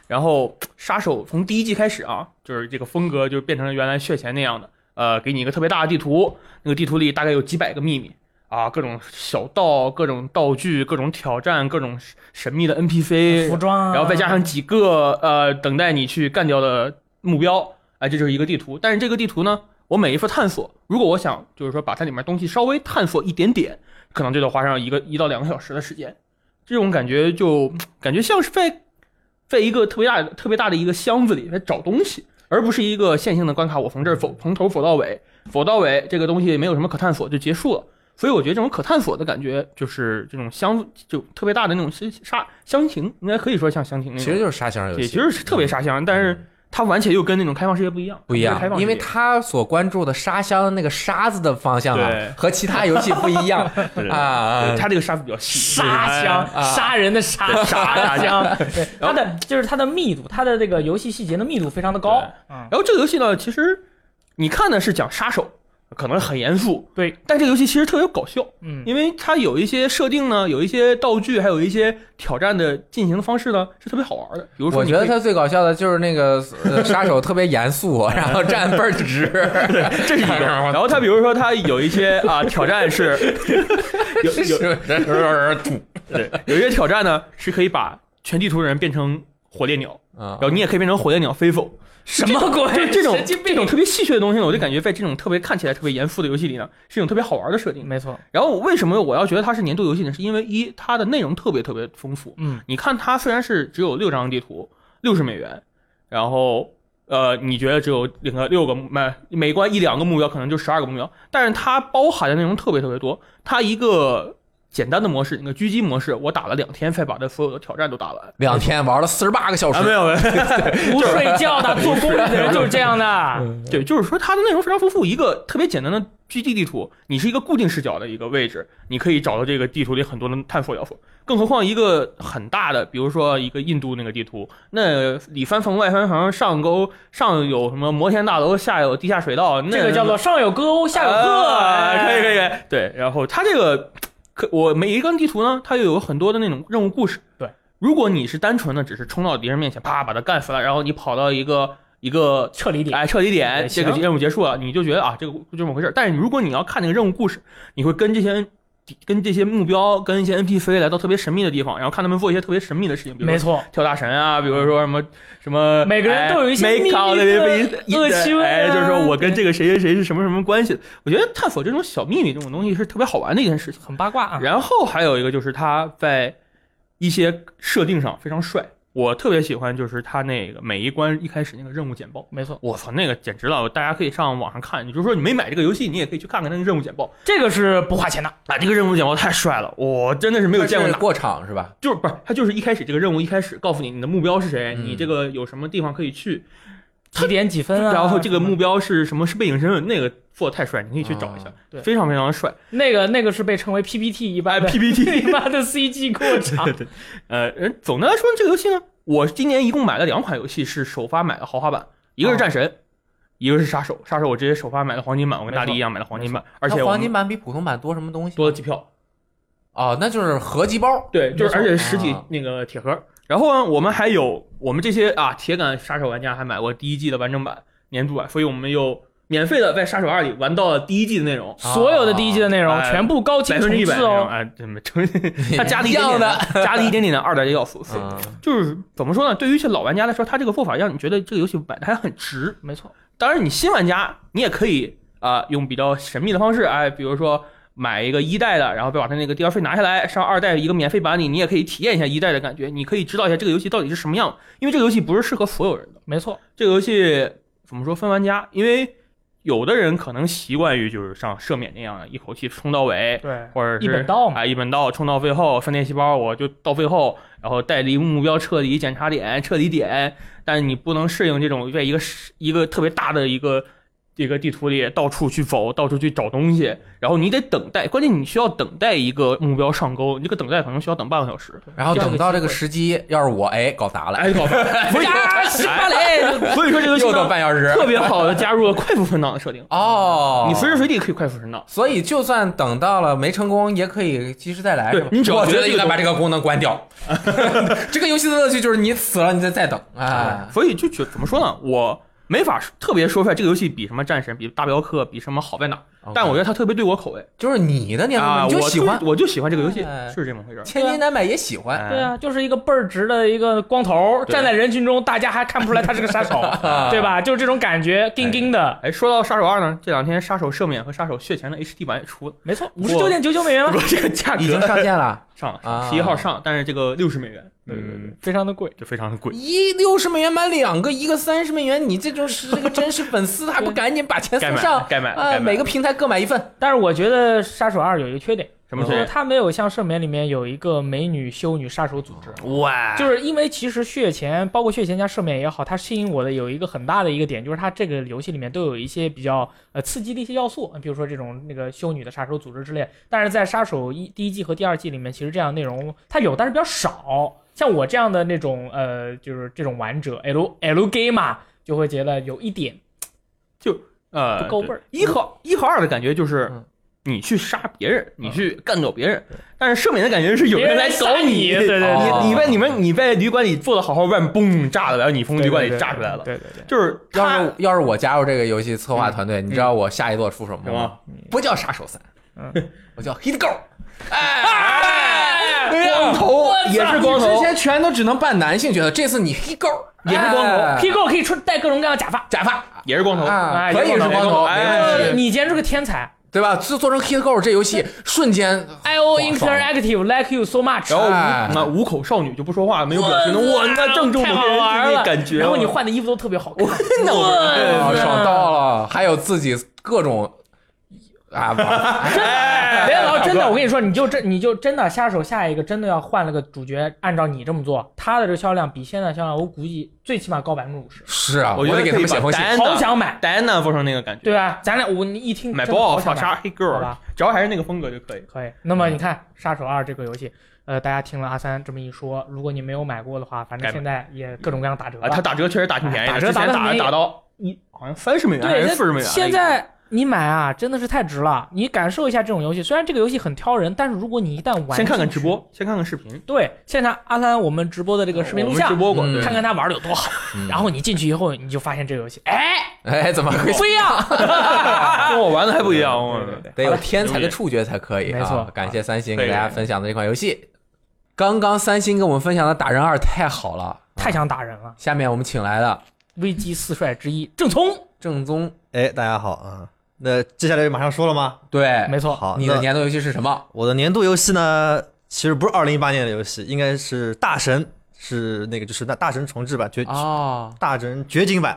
Speaker 4: 然后杀手从第一季开始啊，就是这个风格就变成了原来血钱那样的，呃，给你一个特别大的地图，那个地图里大概有几百个秘密啊，各种小道、各种道具、各种挑战、各种神秘的 NPC，
Speaker 1: 服装啊，
Speaker 4: 然后再加上几个呃等待你去干掉的目标，哎、这就是一个地图。但是这个地图呢，我每一次探索，如果我想就是说把它里面东西稍微探索一点点，可能就得花上一个一到两个小时的时间。这种感觉就感觉像是在在一个特别大的特别大的一个箱子里在找东西，而不是一个线性的关卡。我从这儿走从头走到尾，走到尾这个东西没有什么可探索就结束了。所以我觉得这种可探索的感觉，就是这种箱就特别大的那种沙箱情，应该可以说像箱情那
Speaker 2: 嗯
Speaker 4: 种。
Speaker 2: 其实就是沙箱游
Speaker 4: 也
Speaker 2: 戏，
Speaker 4: 其实是特别沙箱，但是它玩起来又跟那种开放世界不一样，
Speaker 2: 不一
Speaker 4: 开放
Speaker 2: 样，
Speaker 4: 世
Speaker 2: 因
Speaker 4: 界
Speaker 2: 为他所关注的沙箱的那个沙子的方向啊
Speaker 4: 对，
Speaker 2: 和其他游戏不一 (laughs) 样
Speaker 4: 对对
Speaker 2: 啊啊
Speaker 4: 对它这个沙子比较细，
Speaker 1: 沙箱
Speaker 2: 啊，
Speaker 1: 杀人的杀，沙
Speaker 4: 沙 (laughs)
Speaker 1: 箱，对它的就是它的密度，它的这个游戏细节的密度非常的高
Speaker 4: 对。
Speaker 1: 嗯
Speaker 4: 然后这个游戏呢，其实你看的是讲杀手，可能很严肃，
Speaker 1: 对，
Speaker 4: 但这个游戏其实特别搞笑，
Speaker 1: 嗯，
Speaker 4: 因为它有一些设定呢，有一些道具，还有一些挑战的进行的方式呢，是特别好玩的。比如说
Speaker 2: 我
Speaker 4: 你
Speaker 2: 觉
Speaker 4: 可以，
Speaker 2: 得他最搞笑的就是那个 (laughs) 呃杀手特别严 (laughs) 肃，然后站倍儿直，
Speaker 4: 这是一个。然后它比如说它有一些啊 (laughs) 挑战是，
Speaker 1: (laughs)
Speaker 4: 有
Speaker 2: (laughs)
Speaker 4: 有
Speaker 2: 是不是？
Speaker 4: 有一些挑战呢是可以把全地图的人变成火烈鸟，
Speaker 2: 啊
Speaker 4: 然后你也可以变成火烈鸟飞走。
Speaker 1: 什么鬼？
Speaker 4: 就这
Speaker 1: (laughs)
Speaker 4: 种
Speaker 1: 神经
Speaker 4: 这种特别戏谑的东西呢，我就感觉在这种特别看起来特别严肃的游戏里呢，是一种特别好玩的设定。
Speaker 1: 没错，
Speaker 4: 然后为什么我要觉得它是年度游戏呢？是因为一它的内容特别特别丰富。
Speaker 1: 嗯，
Speaker 4: 你看它虽然是只有六张地图，六十美元，然后呃，你觉得只有两个六个每每关一两个目标，可能就十二个目标，但是它包含的内容特别特别多。它一个简单的模式，一个狙击模式，我打了两天才把这所有的挑战都打完。
Speaker 2: 两天玩了四十八个小时
Speaker 4: 啊，，没有没有， (laughs)
Speaker 1: 不睡觉的做攻略的人就是这样的，
Speaker 4: 对，就是说它的内容非常丰富。一个特别简单的 G D 地图，你是一个固定视角的一个位置，你可以找到这个地图里很多的探索要素。更何况一个很大的，比如说一个印度那个地图，那里翻phòng外翻房，上沟上有什么摩天大楼，下有地下水道，那
Speaker 1: 这个叫做上有歌，下哎有鹤，
Speaker 4: 啊可以可
Speaker 1: 以，
Speaker 4: 以可以。对，然后它这个可我每一张地图呢，它又有很多的那种任务故事。
Speaker 1: 对，
Speaker 4: 如果你是单纯的只是冲到敌人面前，啪把他干死了，然后你跑到一个一个
Speaker 1: 撤离点，
Speaker 4: 哎，彻底点，
Speaker 1: 也
Speaker 4: 这个
Speaker 1: 行
Speaker 4: 任务结束了，你就觉得啊，这个就这么回事儿。但是如果你要看那个任务故事，你会跟这些跟这些目标、跟一些 NPC 来到特别神秘的地方，然后看他们做一些特别神秘的事情，比如
Speaker 1: 没
Speaker 4: 说
Speaker 1: 错，
Speaker 4: 跳大神啊，比如说什么什么，
Speaker 1: 每个人都有一些
Speaker 4: 哎
Speaker 1: 秘密的
Speaker 4: ，make out 一
Speaker 1: 恶趣味啊
Speaker 4: 哎，就是说我跟这个谁谁谁是什么什么关系。我觉得探索这种小秘密这种东西是特别好玩的一件事情。
Speaker 1: 很八卦啊，
Speaker 4: 然后还有一个就是他在一些设定上非常帅，我特别喜欢就是他那个每一关一开始那个任务简报。
Speaker 1: 没错，
Speaker 4: 我操，那个简直了！大家可以上网上看，你就说你没买这个游戏，你也可以去看看那个任务简报
Speaker 1: 这个是不花钱的，
Speaker 4: 啊！这个任务简报太帅了，我真的是没有见过
Speaker 2: 它
Speaker 4: 哪
Speaker 2: 是过场是吧？
Speaker 4: 就是不是他就是一开始这个任务一开始告诉你你的目标是谁，
Speaker 2: 嗯
Speaker 4: 你这个有什么地方可以去，
Speaker 1: 几点几分啊？
Speaker 4: (laughs) 然后这
Speaker 2: 嗯
Speaker 4: 个
Speaker 1: 什么
Speaker 4: 目标是什么是背景身份，那个做的太帅，你可以去找一下
Speaker 2: 啊，
Speaker 1: 对
Speaker 4: 非常非常帅。
Speaker 1: 那个那个是被称为 PPT 一
Speaker 4: 哎
Speaker 1: 般的
Speaker 2: (laughs)
Speaker 4: PPT，
Speaker 1: (laughs) 一般的 CG 过场，
Speaker 4: (laughs) 呃，人总的来说这个游戏呢，我今年一共买了两款游戏是首发买的豪华版，一
Speaker 2: 哦
Speaker 4: 个是战神。一个是杀手，杀手我直接首发买的黄金版，我跟大力一样买的黄金版，而且
Speaker 2: 它
Speaker 4: 我
Speaker 2: 黄
Speaker 4: 们
Speaker 2: 金版比普通版多什么东西？
Speaker 4: 多了机票，
Speaker 2: 哦，那就是合集包。
Speaker 4: 对，
Speaker 1: 没
Speaker 4: 就是
Speaker 1: 错
Speaker 4: 而且是实体
Speaker 2: 啊
Speaker 4: 那个铁盒。然后啊呢，我们还有我们这些啊铁杆杀手玩家还买过第一季的完整版、年度版，所以我们又免费的在杀手二里玩到了第一季的内容，
Speaker 1: 所有的第一季的内容
Speaker 4: 哎
Speaker 1: 全部高
Speaker 4: 百
Speaker 1: 清
Speaker 4: 分
Speaker 1: 重
Speaker 4: 之一百
Speaker 1: 置哦，
Speaker 4: 哎，这么成， (laughs) 他加了一点点的，加了一点点的二代的要素，所以
Speaker 2: 嗯，
Speaker 4: 就是怎么说呢？对于一些老玩家来说，他这个做法让你觉得这个游戏买的还很值。
Speaker 1: 没错，
Speaker 4: 当然，你新玩家你也可以啊、用比较神秘的方式，哎，比如说买一个一代的，然后再把它那个 DLC 拿下来，上二代一个免费版里，你也可以体验一下一代的感觉，你可以知道一下这个游戏到底是什么样，因为这个游戏不是适合所有人的，
Speaker 1: 没错，
Speaker 4: 这个游戏怎么说分玩家，因为有的人可能习惯于就是像赦免那样的一口气冲到尾，
Speaker 1: 对，
Speaker 4: 或者是
Speaker 1: 一本道嘛
Speaker 4: 啊，一本道冲到最后，分裂细胞我就到最后，然后带离目标撤离检查点撤离点，但是你不能适应这种在一个是一个特别大的一个一个地图里到处去走，到处去找东西，然后你得等待，关键你需要等待一个目标上钩，你这个等待可能需要等半个小时，
Speaker 2: 然后等到这
Speaker 1: 这
Speaker 2: 个时机，要是我哎搞砸了，
Speaker 4: 哎，搞
Speaker 2: (laughs)
Speaker 4: 烦，所以
Speaker 1: 呀，十八雷，
Speaker 4: 哎所以说这个游戏
Speaker 2: 又
Speaker 4: 呢
Speaker 2: 等半小时。
Speaker 4: 特别好的加入了快速存档的设定，
Speaker 2: 哦，
Speaker 4: 你随时随地可以快速存档。
Speaker 2: 所以就算等到了没成功，也可以及时再来。
Speaker 4: 对
Speaker 2: 是吧
Speaker 4: 你只要
Speaker 2: 我
Speaker 4: 觉
Speaker 2: 觉
Speaker 4: 得
Speaker 2: 得
Speaker 4: 这
Speaker 2: 应
Speaker 4: 个
Speaker 2: 该
Speaker 4: 东
Speaker 2: 把这个功能关
Speaker 4: (laughs)
Speaker 2: 掉。这个游戏的乐趣就是你死了，你再再等啊。
Speaker 4: 哎所以就觉怎么说呢，我没法说特别说出来这个游戏比什么战神、比大镖客、比什么好在哪，但我觉得它特别对我口味
Speaker 2: 就是你的年龄
Speaker 4: 啊，
Speaker 2: 段，
Speaker 4: 我
Speaker 2: 你就喜欢
Speaker 4: 我就喜欢这个游戏
Speaker 2: 哎，
Speaker 4: 是这么回事儿。
Speaker 2: 千金难买也喜欢。
Speaker 4: 哎
Speaker 1: 对，啊，就是一个倍儿直的一个光头，
Speaker 4: 对
Speaker 1: 站在人群中，大家还看不出来他是个杀
Speaker 4: (laughs)
Speaker 1: 手，对吧？就是这种感觉，硬硬的，
Speaker 4: 哎，说到杀手二呢，这两天杀手赦免和杀手血前的 HD 版也出了，
Speaker 1: 没错，
Speaker 4: 我
Speaker 1: 五十九点九九美元
Speaker 4: (laughs) 不
Speaker 1: 吗？
Speaker 4: 过这个价
Speaker 2: 已经
Speaker 4: 格
Speaker 2: 上线
Speaker 4: (laughs)
Speaker 2: 了，
Speaker 4: 上了
Speaker 2: 啊
Speaker 4: 十一号上，但是这个六十美元，对对对，
Speaker 2: 嗯，
Speaker 1: 非常的贵，
Speaker 4: 就非常的贵。
Speaker 2: 一六十美元买两个，一个三十美元，你这种是这个真实粉丝还不赶紧把钱
Speaker 4: 该
Speaker 2: 送
Speaker 4: 买
Speaker 2: 上
Speaker 4: 了？该买了，
Speaker 2: 啊
Speaker 4: 该！买
Speaker 2: 每
Speaker 4: 了。
Speaker 2: 个平台各买一份，
Speaker 1: 但是我觉得《杀手二》有一个缺点，
Speaker 4: 什么
Speaker 1: 就
Speaker 4: 缺
Speaker 1: 是
Speaker 4: 点？
Speaker 1: 它没有像《赦免》里面有一个美女修女杀手组织。
Speaker 4: 嗯
Speaker 1: 啊
Speaker 4: 哇
Speaker 1: 就是因为其实血钱，包括血钱加赦免也好，它吸引我的有一个很大的一个点，就是它这个游戏里面都有一些比较呃刺激的一些要素，比如说这种那个修女的杀手组织之类。但是在杀手一第一季和第二季里面，其实这样内容它有，但是比较少。像我这样的那种呃，就是这种玩者 L L game 嘛，就会觉得有一点
Speaker 4: 呃
Speaker 1: 不够味儿
Speaker 4: 对一和一和二的感觉就是
Speaker 2: 嗯
Speaker 4: 你去杀别人，你去干掉别人，但是赦免的感觉是有
Speaker 1: 别
Speaker 4: 人
Speaker 1: 人
Speaker 4: 来
Speaker 1: 来
Speaker 4: 搞
Speaker 1: 杀你对对
Speaker 2: 对
Speaker 4: 你你
Speaker 2: 哦
Speaker 4: 被你们你被旅馆里做的好好，外面嘣炸了，然后你从旅馆里炸出来了，
Speaker 1: 对对对，
Speaker 4: 就是
Speaker 2: 要
Speaker 4: 他
Speaker 2: 是要是我加入这个游戏策划团队，你知道我下一座出什么
Speaker 4: 什
Speaker 2: 吗
Speaker 4: 么？
Speaker 2: 不叫杀手三，
Speaker 1: 嗯，
Speaker 2: 我叫 Hit Girl。
Speaker 4: 哎光头也是光
Speaker 2: 之
Speaker 4: 头，
Speaker 2: 前全都只能扮男性角色，这次你 Hit Girl
Speaker 4: 也是光头
Speaker 2: 哎
Speaker 1: 屁股可以穿戴各种各样的假发。
Speaker 2: 假发
Speaker 4: 也是光头，
Speaker 2: 啊，
Speaker 1: 哎
Speaker 2: 可以是
Speaker 1: 有
Speaker 2: 光
Speaker 4: 光
Speaker 2: 头，
Speaker 4: 头
Speaker 2: 没
Speaker 4: 哎
Speaker 1: 呃
Speaker 2: 问题，
Speaker 1: 你简直是个天才
Speaker 2: 对吧？做做成 Hit Girl 这游戏瞬间
Speaker 1: ！I O
Speaker 2: 爽爽
Speaker 1: interactive like you so much。
Speaker 4: 然后
Speaker 2: 哎
Speaker 4: 五那五口少女就不说话，没有表情的，
Speaker 1: 哇
Speaker 4: 哇，那正中我
Speaker 1: 太好
Speaker 4: 的
Speaker 1: 玩
Speaker 4: 人
Speaker 1: 了
Speaker 4: 那感觉啊，
Speaker 1: 然后你换的衣服都特别好看，
Speaker 4: 那我
Speaker 2: 啊
Speaker 4: 对对
Speaker 2: 爽到了，还有自己各种啊，
Speaker 1: 哎
Speaker 4: (laughs)
Speaker 1: 没有，真的，我跟你说，你就真你就真的下手下一个，真的要换了个主角，按照你这么做，他的这个销量比现在销量，我估计最起码高百分之五十，
Speaker 2: 是啊，我
Speaker 4: 我觉
Speaker 2: 得
Speaker 4: 得
Speaker 2: 给他们写封信
Speaker 4: 可以把答案
Speaker 1: 好想买，
Speaker 4: 戴安娜做成那个感觉，
Speaker 1: 对吧？咱俩我你一听
Speaker 4: 买
Speaker 1: 真的
Speaker 4: 包
Speaker 1: 好想
Speaker 4: 法
Speaker 1: 买
Speaker 4: 杀黑
Speaker 1: 好
Speaker 4: girl，
Speaker 1: 吧
Speaker 4: 只要还是那个风格就可以。
Speaker 1: 可以。那么
Speaker 4: 嗯
Speaker 1: 你看《杀手二》这个游戏，呃，大家听了阿三这么一说，如果你没有买过的话，反正
Speaker 4: 该买
Speaker 1: 现在也各种各样打折
Speaker 4: 啊，他
Speaker 1: 了。
Speaker 4: 打折确实打挺便宜的，
Speaker 1: 打折
Speaker 4: 之
Speaker 1: 打
Speaker 4: 前
Speaker 1: 得
Speaker 4: 打
Speaker 1: 便宜
Speaker 4: 打到一好像三十美元还
Speaker 1: 对，
Speaker 4: 是四十美元。
Speaker 1: 现在你买啊，真的是太值了。你感受一下这种游戏，虽然这个游戏很挑人，但是如果你一旦玩，
Speaker 4: 先看看直。播，先看看视频，
Speaker 1: 对，现场阿三我们直播的这个视频录
Speaker 4: 我们直
Speaker 1: 像，
Speaker 4: 播过，
Speaker 2: 嗯
Speaker 4: 对
Speaker 1: 看看他玩的有多好。
Speaker 2: 嗯
Speaker 1: 然后你进去以后，你就发现这个游戏，哎，
Speaker 2: 哎，怎么会
Speaker 1: 不一样。
Speaker 4: (laughs) 跟我玩的还不一样。
Speaker 1: 对对
Speaker 4: 我
Speaker 1: 对，
Speaker 2: 得有天才
Speaker 4: 牛
Speaker 2: 的
Speaker 4: 逼
Speaker 2: 触觉才可以啊！
Speaker 1: 没错
Speaker 2: 感谢三星
Speaker 4: 对
Speaker 2: 给大家分享的这款游戏。刚刚三星给我们分享的《打人二》太好了，啊
Speaker 1: 太想打人了。
Speaker 2: 下面我们请来了
Speaker 1: 危机四帅之一郑聪，
Speaker 2: 正宗，
Speaker 5: 哎，大家好啊！那接下来马上说了吗？
Speaker 2: 对，
Speaker 1: 没错，
Speaker 5: 好，
Speaker 2: 你的
Speaker 5: 那
Speaker 2: 年度游戏是什么？
Speaker 5: 我的年度游戏呢，其实不是二零一八年的游戏，应该是《大神》，是那个就是那《大神重置版》绝、
Speaker 2: 哦，
Speaker 5: 大神绝景版》，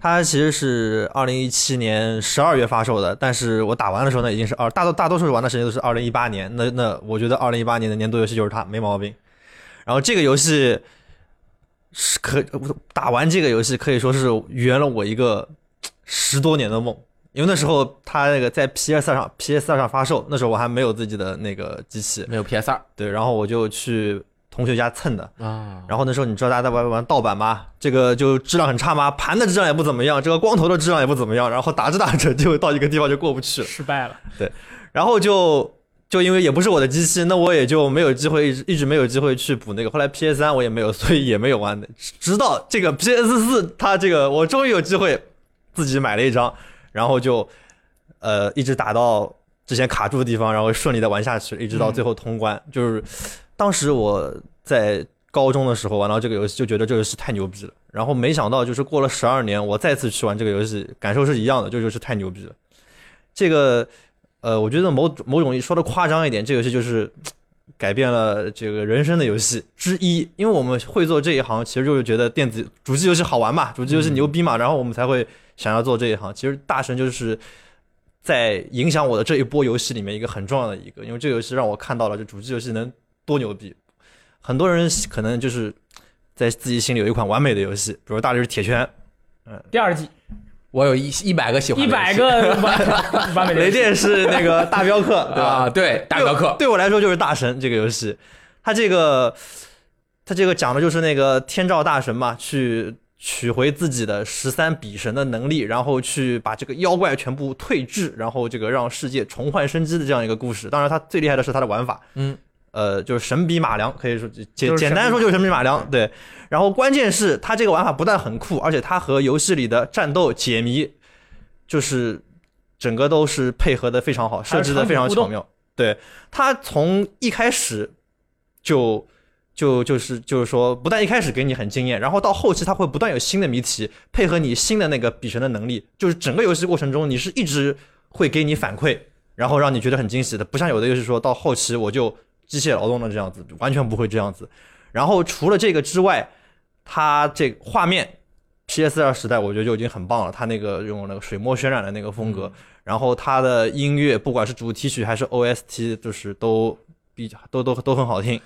Speaker 5: 它其实是二零一七年十二月发售的，但是我打完的时候呢，已经是二大多大多数玩的时间都是二零一八年。那那我觉得二零一八年的年度游戏就是它，没毛病。然后这个游戏是可我打完这个游戏可以说是圆了我一个嘖十多年的梦。因为那时候它那个在 PS 4上 PS 4上发售，那时候我还没有自己的那个机器，
Speaker 2: 没有 PS 二
Speaker 5: 对，然后我就去同学家蹭的，
Speaker 2: 啊，
Speaker 5: 然后那时候你知道大家在玩玩盗版吗？这个就质量很差吗？盘的质量也不怎么样，这个光头的质量也不怎么样，然后打着打着就到一个地方就过不去了，
Speaker 1: 失败了。
Speaker 5: 然后就就因为也不是我的机器，那我也就没有机会，一直一直没有机会去补那个。后来 PS 三我也没有， (laughs) 所以也没有玩的。直到这个 PS 四，它这个我终于有机会自己买了一张，然后就呃一直打到之前卡住的地方，然后顺利的玩下去，一直到最后通关。就是当时我在高中的时候玩到这个游戏，就觉得这个游戏太牛逼了。然后没想到就是过了十二年，我再次去玩这个游戏，感受是一样的，这就是太牛逼了。这个呃，我觉得某某种说的夸张一点，这个游戏就是改变了这个人生的游戏之一。因为我们会做这一行，其实就是觉得电子主机游戏好玩嘛，主机游戏牛逼嘛，然后我们才会想要做这一行。其实大神就是在影响我的这一波游戏里面一个很重要的一个，因为这个游戏让我看到了这主机游戏能多牛逼。很多人可能就是在自己心里有一款完美的游戏，比如《大力士铁拳》、
Speaker 1: 第二季
Speaker 2: 我有一一百个喜欢
Speaker 1: 一
Speaker 2: 的游戏，
Speaker 1: 百个完完美
Speaker 5: 雷
Speaker 1: 的，
Speaker 5: 电是那个大镖客，对吧
Speaker 2: 啊，？对，大镖客，
Speaker 5: 对我来说就是大神这个游戏，它这个它这个讲的就是那个天照大神嘛，去取回自己的十三比神的能力，然后去把这个妖怪全部退治，然后这个让世界重焕生机的这样一个故事。当然，它最厉害的是它的玩法，
Speaker 2: 嗯。
Speaker 5: 呃，就是神笔马良，可以说简
Speaker 1: 就是神笔
Speaker 5: 简单说就是神笔马良，对。然后关键是它这个玩法不但很酷，而且它和游戏里的战斗解谜，就是整个都是配合的非常好，设置的非常巧妙。对，它从一开始就就就是就是说，不但一开始给你很惊艳，然后到后期它会不断有新的谜题，配合你新的那个比神的能力，就是整个游戏过程中你是一直会给你反馈，然后让你觉得很惊喜的，不像有的游戏说到后期我就机械劳动了这样子，完全不会这样子。然后除了这个之外，它这个画面 PS 二时代我觉得就已经很棒了，它那个用那个水墨渲染的那个风
Speaker 2: 嗯
Speaker 5: 格，然后它的音乐不管是主题曲还是 OST，就是都比都都都很好听。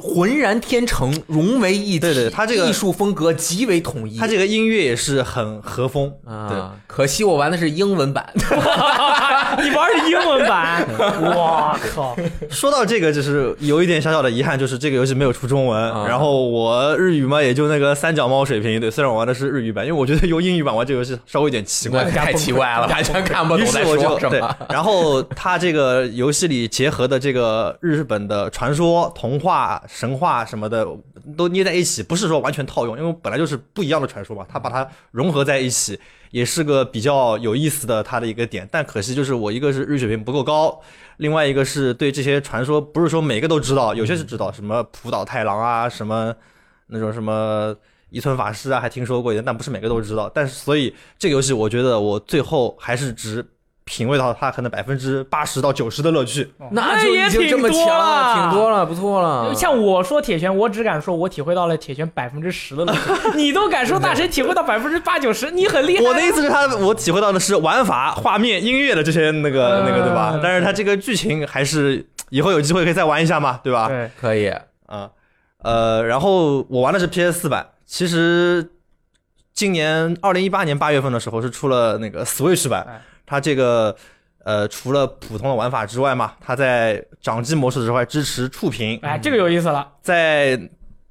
Speaker 2: 浑然天成，融为一体。
Speaker 5: 对对它这个
Speaker 2: 艺术风格极为统一。
Speaker 5: 它这个音乐也是很和风，
Speaker 2: 啊，可惜我玩的是英文版。
Speaker 1: (laughs) 你玩的英文版，我靠！
Speaker 5: 说到这个，就是有一点小小的遗憾，就是这个游戏没有出中文。
Speaker 2: 啊
Speaker 5: 然后我日语嘛，也就那个三脚猫水平。对，虽然我玩的是日语版，因为我觉得用英语版玩这个游戏稍微有点奇怪。
Speaker 2: 太奇怪了，完全看不
Speaker 5: 于
Speaker 2: 懂
Speaker 5: 是
Speaker 2: 在
Speaker 5: 我
Speaker 2: 说
Speaker 5: 就
Speaker 2: 什
Speaker 5: 对
Speaker 2: 么。，
Speaker 5: 然后它这个游戏里结合的这个日本的传说、童话、神话什么的都捏在一起，不是说完全套用，因为本来就是不一样的传说嘛，它把它融合在一起，也是个比较有意思的它的一个点。但可惜就是我一个是日语水平不够高，另外一个是对这些传说不是说每个都知道，有些是知道，什么浦岛太郎啊，什么那种什么伊村法师啊，还听说过一点，但不是每个都知道。但是所以这个游戏，我觉得我最后还是只品味到它可能百分之八十到九十的乐趣。
Speaker 2: 哦那就已
Speaker 1: 哎也
Speaker 2: 经
Speaker 1: 挺
Speaker 2: 这么
Speaker 1: 多
Speaker 2: 强了，
Speaker 1: 了
Speaker 2: 挺多了，不错了。
Speaker 1: 像我说铁拳，我只敢说我体会到了铁拳百分之十的乐趣，你都敢说大神体会到百分之八九十，你很厉害。
Speaker 5: 我的意思是它，我体会到的是玩法、画面、音乐的这些那个那个，对吧
Speaker 1: 嗯？
Speaker 5: 但是它这个剧情还是以后有机会可以再玩一下嘛，对吧？
Speaker 1: 对，
Speaker 2: 可以，
Speaker 5: 啊，呃，然后我玩的是 PS 四版，其实今年二零一八年八月份的时候是出了那个 Switch
Speaker 1: 哎
Speaker 5: 版，它这个呃除了普通的玩法之外嘛，它在掌机模式之外支持触屏，
Speaker 1: 哎，这个有意思了。
Speaker 5: 在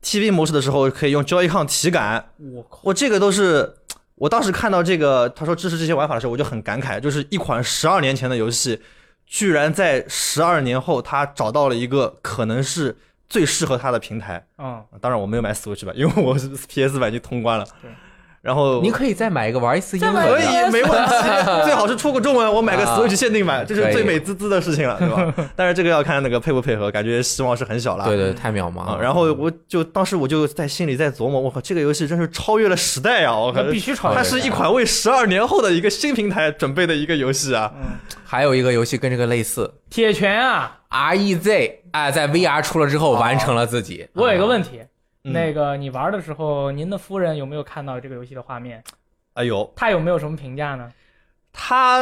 Speaker 5: TV 模式的时候可以用 Joy-Con 体感，
Speaker 1: 我靠，
Speaker 5: 我这个都是，我当时看到这个他说支持这些玩法的时候，我就很感慨，就是一款十二年前的游戏，居然在十二年后，他找到了一个可能是最适合他的平台。
Speaker 1: 嗯，
Speaker 5: 当然我没有买 Switch 版，因为我是 PS 版已经通关了
Speaker 1: 对。
Speaker 5: 然后
Speaker 2: 你可以再买一个玩一次英文
Speaker 5: 可以
Speaker 2: 的。
Speaker 5: 没问题， (laughs) 最好是出个中文，我买个
Speaker 2: 啊
Speaker 5: Switch 限定版，这
Speaker 2: 可
Speaker 5: 是
Speaker 2: 以
Speaker 5: 最美滋滋的事情了，对吧？ (laughs) 但是这个要看那个配不配合，感觉希望是很小了。
Speaker 2: 对对，太渺茫
Speaker 5: 啊
Speaker 1: 嗯
Speaker 2: 了。，
Speaker 5: 然后我就当时我就在心里在琢磨，我靠，这个游戏真是超越了时代啊！我靠，
Speaker 1: 那必须超越
Speaker 5: 它是一款为十二年后的一个新平台准备的一个游戏啊！
Speaker 2: 还有一个游戏跟这个类似
Speaker 1: 铁拳啊，
Speaker 2: ，REZ，哎，在 VR 出了之后完成了自己。
Speaker 1: 我有一个
Speaker 2: 题，
Speaker 1: 问题，
Speaker 5: 嗯
Speaker 1: 那个你玩的时候，您的夫人有没有看到这个游戏的画面？
Speaker 5: 哎呦，
Speaker 1: 她有没有什么评价呢？ (laughs)
Speaker 5: 它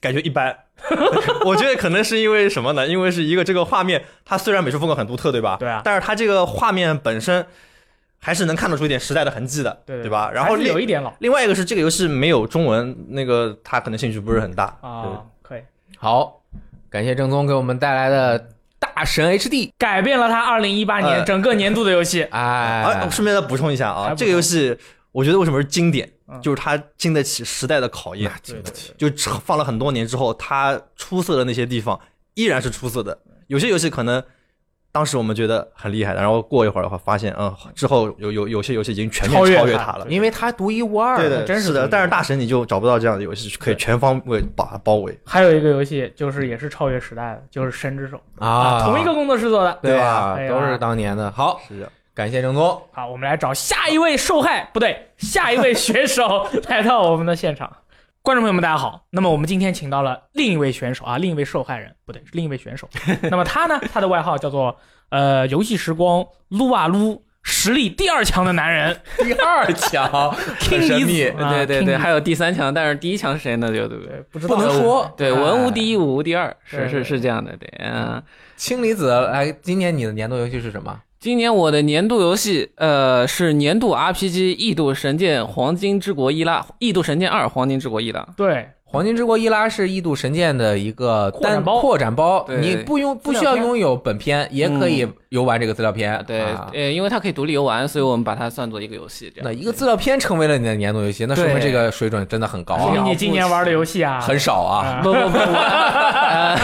Speaker 5: 感觉一般， (laughs) 我觉得可能是因为什么呢？因为是一个这个画面，它虽然美术风格很独特，对吧？
Speaker 1: 对啊
Speaker 5: 但是它这个画面本身还是能看得出一点时代的痕迹的，
Speaker 1: 对
Speaker 5: 对吧？然后
Speaker 1: 还是有
Speaker 5: 另
Speaker 1: 一点老
Speaker 5: 另外一个是这个游戏没有中文，那个他可能兴趣不是很大对
Speaker 1: 啊，可以
Speaker 2: 好，感谢正宗给我们带来的大神 HD，
Speaker 1: 改变了他二零一八年
Speaker 5: 呃
Speaker 1: 整个年度的游戏。
Speaker 5: 啊，
Speaker 2: 哎
Speaker 5: 我，顺便再补充一下
Speaker 1: 还
Speaker 5: 啊，
Speaker 1: 补充
Speaker 5: 这个游戏我觉得为什么是经典
Speaker 1: 嗯，
Speaker 5: 就是它经得起时代的考验，
Speaker 1: 对对对，
Speaker 5: 就放了很多年之后，它出色的那些地方依然是出色的。有些游戏可能当时我们觉得很厉害的，然后过一会儿的话发现，嗯，之后有有有些游戏已经全面
Speaker 1: 超越
Speaker 5: 超越
Speaker 1: 它
Speaker 5: 它了。
Speaker 2: 因为它独一无二。
Speaker 5: 对的，
Speaker 1: 真是
Speaker 5: 是
Speaker 1: 这
Speaker 5: 的。
Speaker 1: 样
Speaker 5: 但是大神你就找不到这样的游戏可以全方位把它包围。
Speaker 1: 还有一个游戏就是也是超越时代的，就是《神之手》
Speaker 2: 啊，
Speaker 1: 同一个工作室做的。
Speaker 2: 对吧？
Speaker 1: 哎呀
Speaker 2: 都是当年的。好，
Speaker 5: 是的，
Speaker 2: 感谢正宗。
Speaker 1: 好，我们来找下一位受害，不对，下一位选手来到我们的现场。观众朋友们，大家好。那么我们今天请到了另一位选手啊，另一位受害人，不对，是另一位选
Speaker 6: (laughs)
Speaker 1: 手。那么他呢，他的外号叫做呃，游戏时光撸啊撸实力第二强的男人
Speaker 2: 第二 (laughs) 强，
Speaker 1: King
Speaker 2: 神秘
Speaker 1: 李子啊
Speaker 6: 对对对，
Speaker 1: King
Speaker 6: 还有第三强，但是第一强是谁呢？就对不对？
Speaker 1: 对，不知道呃
Speaker 2: 不能说。
Speaker 6: 对，文无第一，武无第二，
Speaker 1: 对
Speaker 6: 是
Speaker 1: 对
Speaker 6: 是是这样的，对，嗯。
Speaker 2: 氢离子，哎，今年你的年度游戏是什么？
Speaker 6: 今年我的年度游戏，呃，是年度 RPG《异度神剑：黄金之国伊拉》《异度神剑二：黄金之国伊拉》。
Speaker 1: 对，
Speaker 2: 《黄金之国伊拉》是《异度神剑》的一个
Speaker 1: 扩展
Speaker 2: 单
Speaker 1: 包
Speaker 2: 扩展包，
Speaker 6: 对
Speaker 2: 你不用不需要拥有本片，也可以游玩这个资料片。
Speaker 6: 啊对，
Speaker 2: 啊
Speaker 6: 呃，因为它可以独立游玩，所以我们把它算作一个游戏。这样
Speaker 2: 那一个资料片成为了你的年度游戏，那说明
Speaker 6: 对
Speaker 2: 这个水准真的很高
Speaker 1: 说
Speaker 6: 哦
Speaker 2: 啊
Speaker 1: 明，你今年玩的游戏啊，
Speaker 2: 很少啊。
Speaker 6: 不不不，
Speaker 1: 啊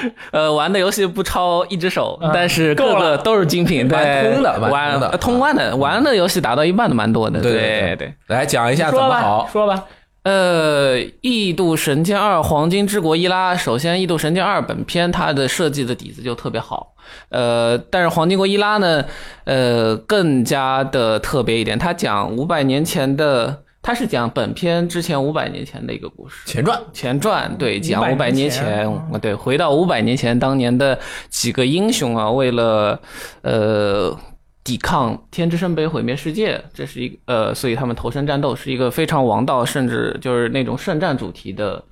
Speaker 6: (laughs) 我呃玩的游戏不超一只手
Speaker 1: 嗯，
Speaker 6: 但是
Speaker 1: 够
Speaker 6: 各
Speaker 1: 了
Speaker 6: 个都是精品，对，
Speaker 2: 玩通的玩
Speaker 6: 玩
Speaker 2: 通的
Speaker 6: 呃通关的，玩的游戏打到一半的蛮多的，
Speaker 2: 对对
Speaker 6: 对。
Speaker 2: 来讲一下怎
Speaker 1: 说
Speaker 2: 么
Speaker 1: 吧，
Speaker 2: 好，
Speaker 1: 说吧，
Speaker 6: 呃，《异度神剑二：黄金之国伊拉》，首先，《异度神剑二》本片它的设计的底子就特别好，呃，但是《黄金国伊拉》呢，呃，更加的特别一点，它讲五百年前的，它是讲本片之前五百年前的一个故事。
Speaker 2: 前传
Speaker 6: 前传对，讲五
Speaker 1: 500
Speaker 6: 百年
Speaker 1: 年
Speaker 6: 前嗯
Speaker 1: 前，
Speaker 6: 对，回到五百年前当年的几个英雄啊，为了呃抵抗天之圣杯毁灭世界，这是一个呃，所以他们投身战斗是一个非常王道，甚至就是那种圣战主题的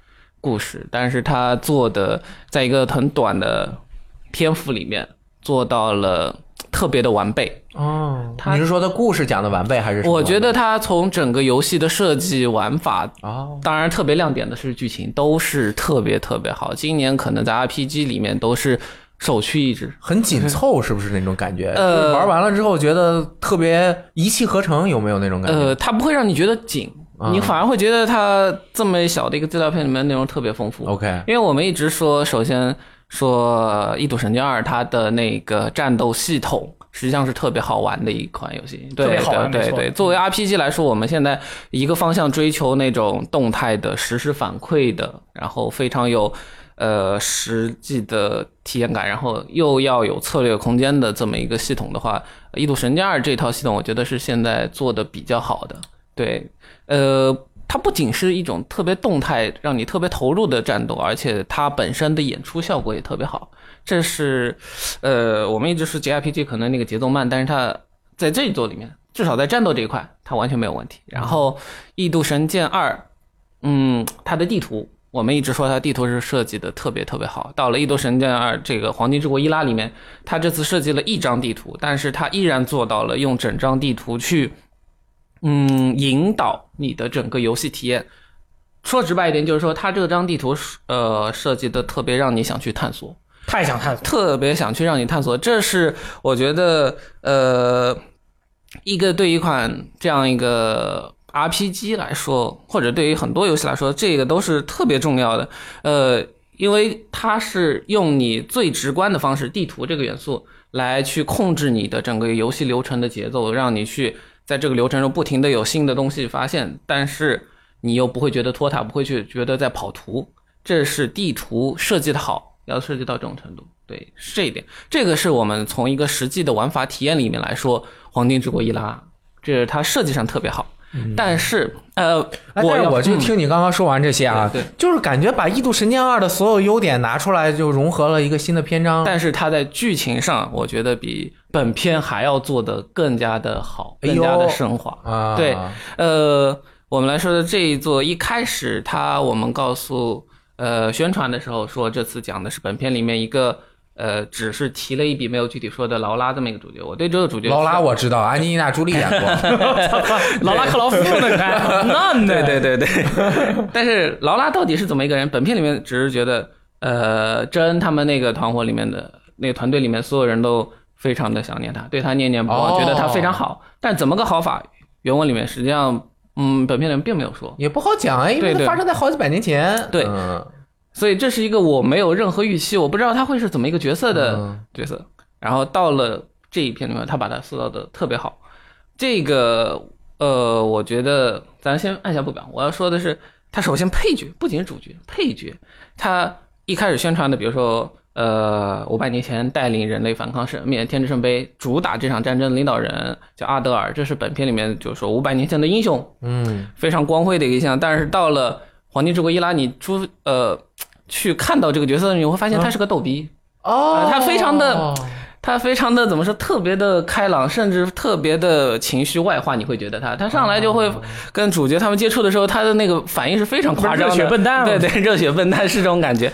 Speaker 6: 故事，但是他做的在一个很短的篇幅里面，做到了特别的完备。
Speaker 2: 哦，
Speaker 6: 他
Speaker 2: 你是说他故事讲的完备还是什么
Speaker 6: 我
Speaker 2: 完备？
Speaker 6: 觉得它从整个游戏的设计、玩法，
Speaker 2: 哦，
Speaker 6: 当然特别亮点的是剧情，都是特别特别好。今年可能在 RPG 里面都是首屈一指。
Speaker 2: 很紧凑，是不是那种感觉？
Speaker 6: 呃
Speaker 2: 就是玩完了之后觉得特别一气呵成，有没有那种感觉？
Speaker 6: 呃，它不会让你觉得紧，
Speaker 2: 啊
Speaker 6: 你反而会觉得它这么小的一个资料片里面内容特别丰富。
Speaker 2: OK，
Speaker 6: 因为我们一直说，首先说《异度神剑二》它的那个战斗系统。实际上是特别好玩的一款游戏，对
Speaker 1: 特别好玩
Speaker 6: 对
Speaker 1: 没
Speaker 6: 对
Speaker 1: 错
Speaker 6: 对。作为 RPG 来说，我们现在一个方向追求那种动态的、实时反馈的，然后非常有呃实际的体验感，然后又要有策略空间的这么一个系统的话，《异度神剑二》这套系统，我觉得是现在做的比较好的。对，呃，它不仅是一种特别动态，让你特别投入的战斗，而且它本身的演出效果也特别好。这是，呃，我们一直是 JRPG 可能那个节奏慢，但是它在这一座里面，至少在战斗这一块，它完全没有问题。然后，《异度神剑二》，嗯，它的地图。我们一直说它地图是设计的特别特别好，到了《异度神剑二》这个《黄金之国伊拉》里面，它这次设计了一张地图，但是它依然做到了用整张地图去嗯，引导你的整个游戏体验。说直白一点，就是说它这张地图是呃设计的特别让你想去探索，
Speaker 1: 太想
Speaker 6: (laughs)
Speaker 1: 探索。
Speaker 6: 特别想去让你探索，这是我觉得呃一个对一款这样一个 RPG 来说，或者对于很多游戏来说，这个都是特别重要的。呃，因为它是用你最直观的方式，地图这个元素来去控制你的整个游戏流程的节奏，让你去在这个流程中不停的有新的东西发现，但是你又不会觉得拖沓，不会去觉得在跑图。这是地图设计的好，要设计到这种程度。对，是这一点，这个是我们从一个实际的玩法体验里面来说，《黄金之国伊拉》这是它设计上特别好，但是呃，
Speaker 2: 嗯哎但是
Speaker 6: 要
Speaker 2: 我就
Speaker 6: 嗯
Speaker 2: 听你刚刚说完这些啊，
Speaker 6: 对对
Speaker 2: 就是感觉把《异度神剑二》的所有优点拿出来，就融合了一个新的篇章。
Speaker 6: 但是它在剧情上，我觉得比本片还要做的更加的好，
Speaker 2: 哎呦
Speaker 6: 更加的升华。
Speaker 2: 啊，
Speaker 6: 对呃，我们来说的这一座，一开始它我们告诉呃宣传的时候说，这次讲的是本片里面一个呃只是提了一笔没有具体说的劳拉这么一个主角。我对这个主角
Speaker 2: 劳拉我知道，安吉丽娜·朱莉演
Speaker 6: (laughs)
Speaker 2: 过，
Speaker 1: 劳拉克劳夫
Speaker 2: (laughs)
Speaker 1: 呢？你看，那呢
Speaker 6: 对对对对，但是劳拉到底是怎么一个人？本片里面只是觉得，呃，真他们那个团伙里面的那个团队里面所有人都非常的想念他，对他念念不忘，
Speaker 2: 哦
Speaker 6: 觉得他非常好。但怎么个好法？原文里面实际上，嗯，本片里面并没有说，
Speaker 2: 也不好讲哎，因为
Speaker 6: 对
Speaker 2: 它
Speaker 6: 对
Speaker 2: 发生在好几百年前。
Speaker 6: 对
Speaker 2: 嗯
Speaker 6: 所以这是一个我没有任何预期，我不知道他会是怎么一个角色的
Speaker 2: 嗯
Speaker 6: 角色。然后到了这一篇里面，他把它塑造的特别好。这个呃，我觉得咱先按下不表。我要说的是，他首先配角不仅是主角，配角他一开始宣传的，比如说呃，五百年前带领人类反抗神灭天之圣杯，主打这场战争的领导人叫阿德尔，这是本片里面就是说五百年前的英雄，
Speaker 2: 嗯，
Speaker 6: 非常光辉的一个印象。但是到了黄金之国伊拉，你出呃去看到这个角色，你会发现他是个逗
Speaker 1: 嗯
Speaker 6: 逼，
Speaker 2: 哦
Speaker 6: 呃，他非常的他非常的怎么说，特别的开朗，甚至特别的情绪外化。你会觉得他，他上来就
Speaker 1: 哦
Speaker 6: 会跟主角他们接触的时候，他的那个反应是非常夸张的，
Speaker 1: 热血笨蛋嘛嗯
Speaker 6: 对 (laughs) 对，热血笨蛋是这种感觉。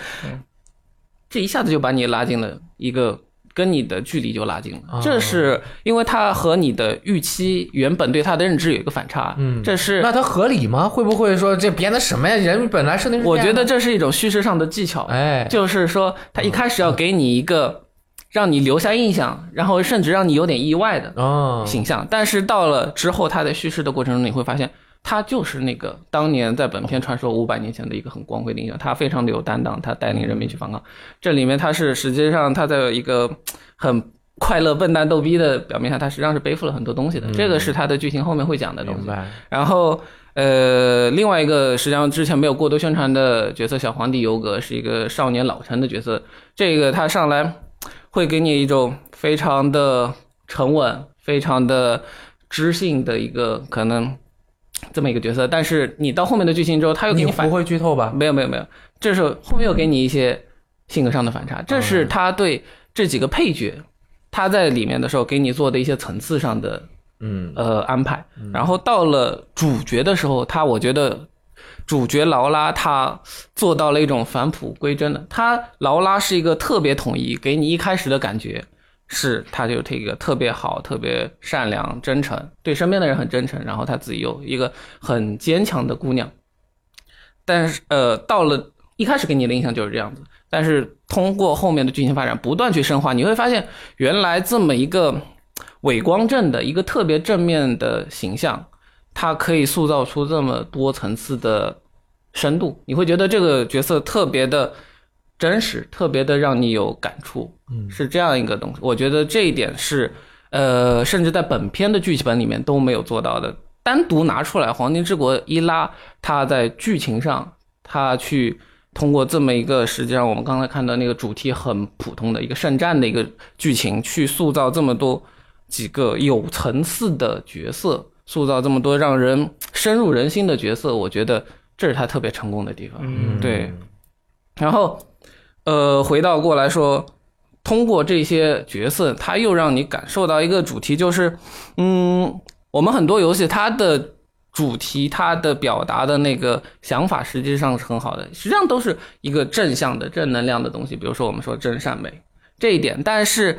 Speaker 6: 这一下子就把你拉近了一个。跟你的距离就拉近
Speaker 1: 哦
Speaker 6: 了，这是因为他和你的预期原本对他的认知有一个反差，
Speaker 2: 嗯
Speaker 6: 这是
Speaker 2: 那它合理吗？会不会说这编的什么呀？人本来设定是这
Speaker 6: 我
Speaker 2: 样
Speaker 6: 觉
Speaker 2: 的
Speaker 6: 得这是一种叙事上的技巧，
Speaker 2: 哎，
Speaker 6: 就是说他一开始要给你一个让你留下印象，然后甚至让你有点意外的
Speaker 2: 哦，
Speaker 6: 形象，但是到了之后他在叙事的过程中，你会发现他就是那个当年在本片传说五百年前的一个很光辉的英雄，他非常的有担当，他带领人民去反抗。这里面他是实际上他在一个很。快乐笨蛋逗逼的表面下，他实际上是背负了很多东西的，这个是他的剧情后面会讲的东西
Speaker 2: 明。白。
Speaker 6: 然后呃，另外一个实际上之前没有过多宣传的角色，小皇帝尤格是一个少年老成的角色，这个他上来会给你一种非常的沉稳、非常的知性的一个可能这么一个角色，但是你到后面的剧情之后，他又给
Speaker 2: 你
Speaker 6: 你反
Speaker 2: 不会剧透吧？
Speaker 6: 没有没有没有，这是后面又给你一些性格上的反差，这
Speaker 2: 嗯
Speaker 6: 是他对这几个配角他在里面的时候给你做的一些层次上的
Speaker 2: 嗯，
Speaker 6: 呃安排。然后到了主角的时候，他我觉得主角劳拉他做到了一种返璞归真的。他劳拉是一个特别统一，给你一开始的感觉是他就是这个特别好、特别善良、真诚，对身边的人很真诚，然后他自己有一个很坚强的姑娘。但是呃，到了一开始给你的印象就是这样子，但是通过后面的剧情发展，不断去深化，你会发现原来这么一个伪光正的一个特别正面的形象，它可以塑造出这么多层次的深度，你会觉得这个角色特别的真实，特别的让你有感触，嗯，是这样一个东西。我觉得这一点是，呃，甚至在本片的剧情本里面都没有做到的。单独拿出来，《黄金之国》伊拉，他在剧情上，他去通过这么一个，实际上我们刚才看到那个主题很普通的一个圣战的一个剧情，去塑造这么多几个有层次的角色，塑造这么多让人深入人心的角色，我觉得这是他特别成功的地方。
Speaker 1: 嗯
Speaker 6: 对，然后呃，回到过来说，通过这些角色，它又让你感受到一个主题，就是嗯，我们很多游戏它的。主题它的表达的那个想法实际上是很好的，实际上都是一个正向的、正能量的东西。比如说我们说真善美这一点，但是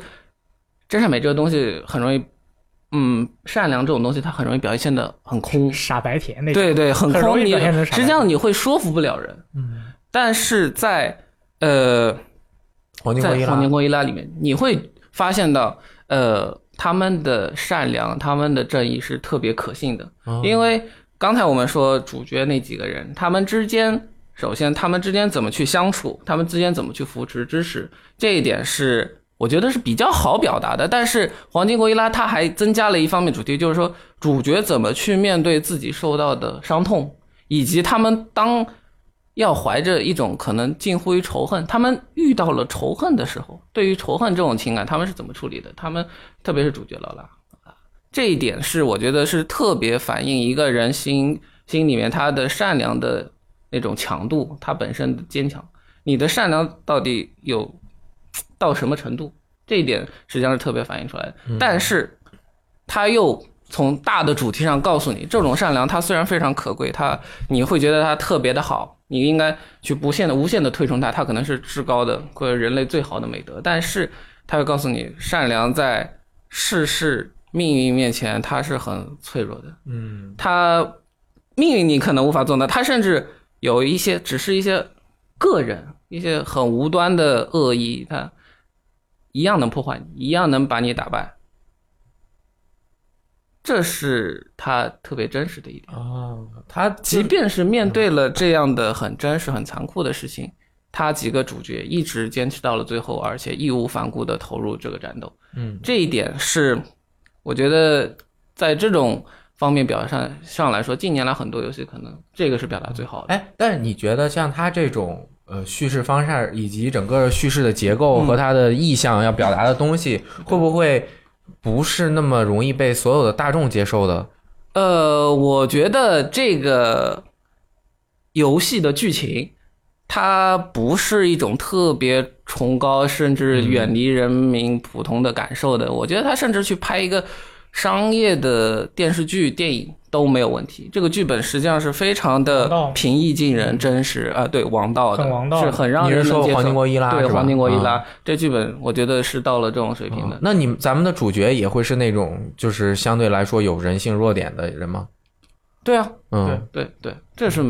Speaker 6: 真善美这个东西很容易，嗯，善良这种东西它很容易表现的很空，
Speaker 1: 傻白甜那种。
Speaker 6: 对对，很
Speaker 1: 很容
Speaker 6: 空
Speaker 1: 易
Speaker 6: 你
Speaker 1: 表现成傻白
Speaker 6: 实际上你会说服不了人。
Speaker 1: 嗯，
Speaker 6: 但是在呃，
Speaker 2: 黄金
Speaker 6: 在
Speaker 2: 国伊
Speaker 6: 《
Speaker 2: 拉
Speaker 6: 黄金国伊拉》里面，你会发现到，呃，他们的善良、他们的正义是特别可信的，
Speaker 2: 哦
Speaker 6: 因为刚才我们说主角那几个人，他们之间，首先他们之间怎么去相处，他们之间怎么去扶持、支持，这一点是。我觉得是比较好表达的，但是《黄金国伊拉》它还增加了一方面主题，就是说主角怎么去面对自己受到的伤痛，以及他们当要怀着一种可能近乎于仇恨，他们遇到了仇恨的时候，对于仇恨这种情感，他们是怎么处理的？他们特别是主角劳拉，这一点是我觉得是特别反映一个人心心里面他的善良的那种强度，他本身的坚强，你的善良到底有到什么程度？这一点实际上是特别反映出来的。但是他又从大的主题上告诉你，这种善良它虽然非常可贵，它你会觉得它特别的好，你应该去无限的、无限的推崇它，它可能是至高的或者人类最好的美德。但是它会告诉你，善良在世事命运面前，它是很脆弱的。
Speaker 2: 嗯，
Speaker 6: 它命运你可能无法做到，它甚至有一些只是一些个人一些很无端的恶意，它一样能破坏你，一样能把你打败。这是他特别真实的一点。
Speaker 2: 哦，他
Speaker 6: 即
Speaker 2: 即
Speaker 6: 便是面对了这样的很真实、很残酷的事情，他几个主角一直坚持到了最后，而且义无反顾地投入这个战斗。
Speaker 2: 嗯，
Speaker 6: 这一点是我觉得在这种方面表现上上来说，近年来很多游戏可能这个是表达最好的。
Speaker 2: 哎，但是你觉得像他这种呃叙事方式以及整个叙事的结构
Speaker 6: 嗯
Speaker 2: 和他的意向要表达的东西，会不会不是那么容易被所有的大众接受的？
Speaker 6: 呃，我觉得这个游戏的剧情，它不是一种特别崇高，甚至
Speaker 1: 嗯
Speaker 6: 远离人民普通的感受的。我觉得它甚至去拍一个商业的电视剧、电影都没有问题。这个剧本实际上是非常
Speaker 1: 王道
Speaker 6: 的平易近人、真实啊，对，王道的，
Speaker 1: 很王道
Speaker 6: 是很让
Speaker 2: 你
Speaker 6: 人
Speaker 2: 是
Speaker 6: 能
Speaker 2: 说《
Speaker 6: 接受。
Speaker 2: 黄金国伊拉》
Speaker 6: 对，
Speaker 2: 是
Speaker 6: 《
Speaker 2: 吧
Speaker 6: 黄金国伊拉》
Speaker 2: 嗯
Speaker 6: 这剧本，我觉得是到了这种水平的。
Speaker 2: 啊那你们咱们的主角也会是那种就是相对来说有人性弱点的人吗？
Speaker 6: 对啊，
Speaker 2: 嗯
Speaker 6: 对对，这是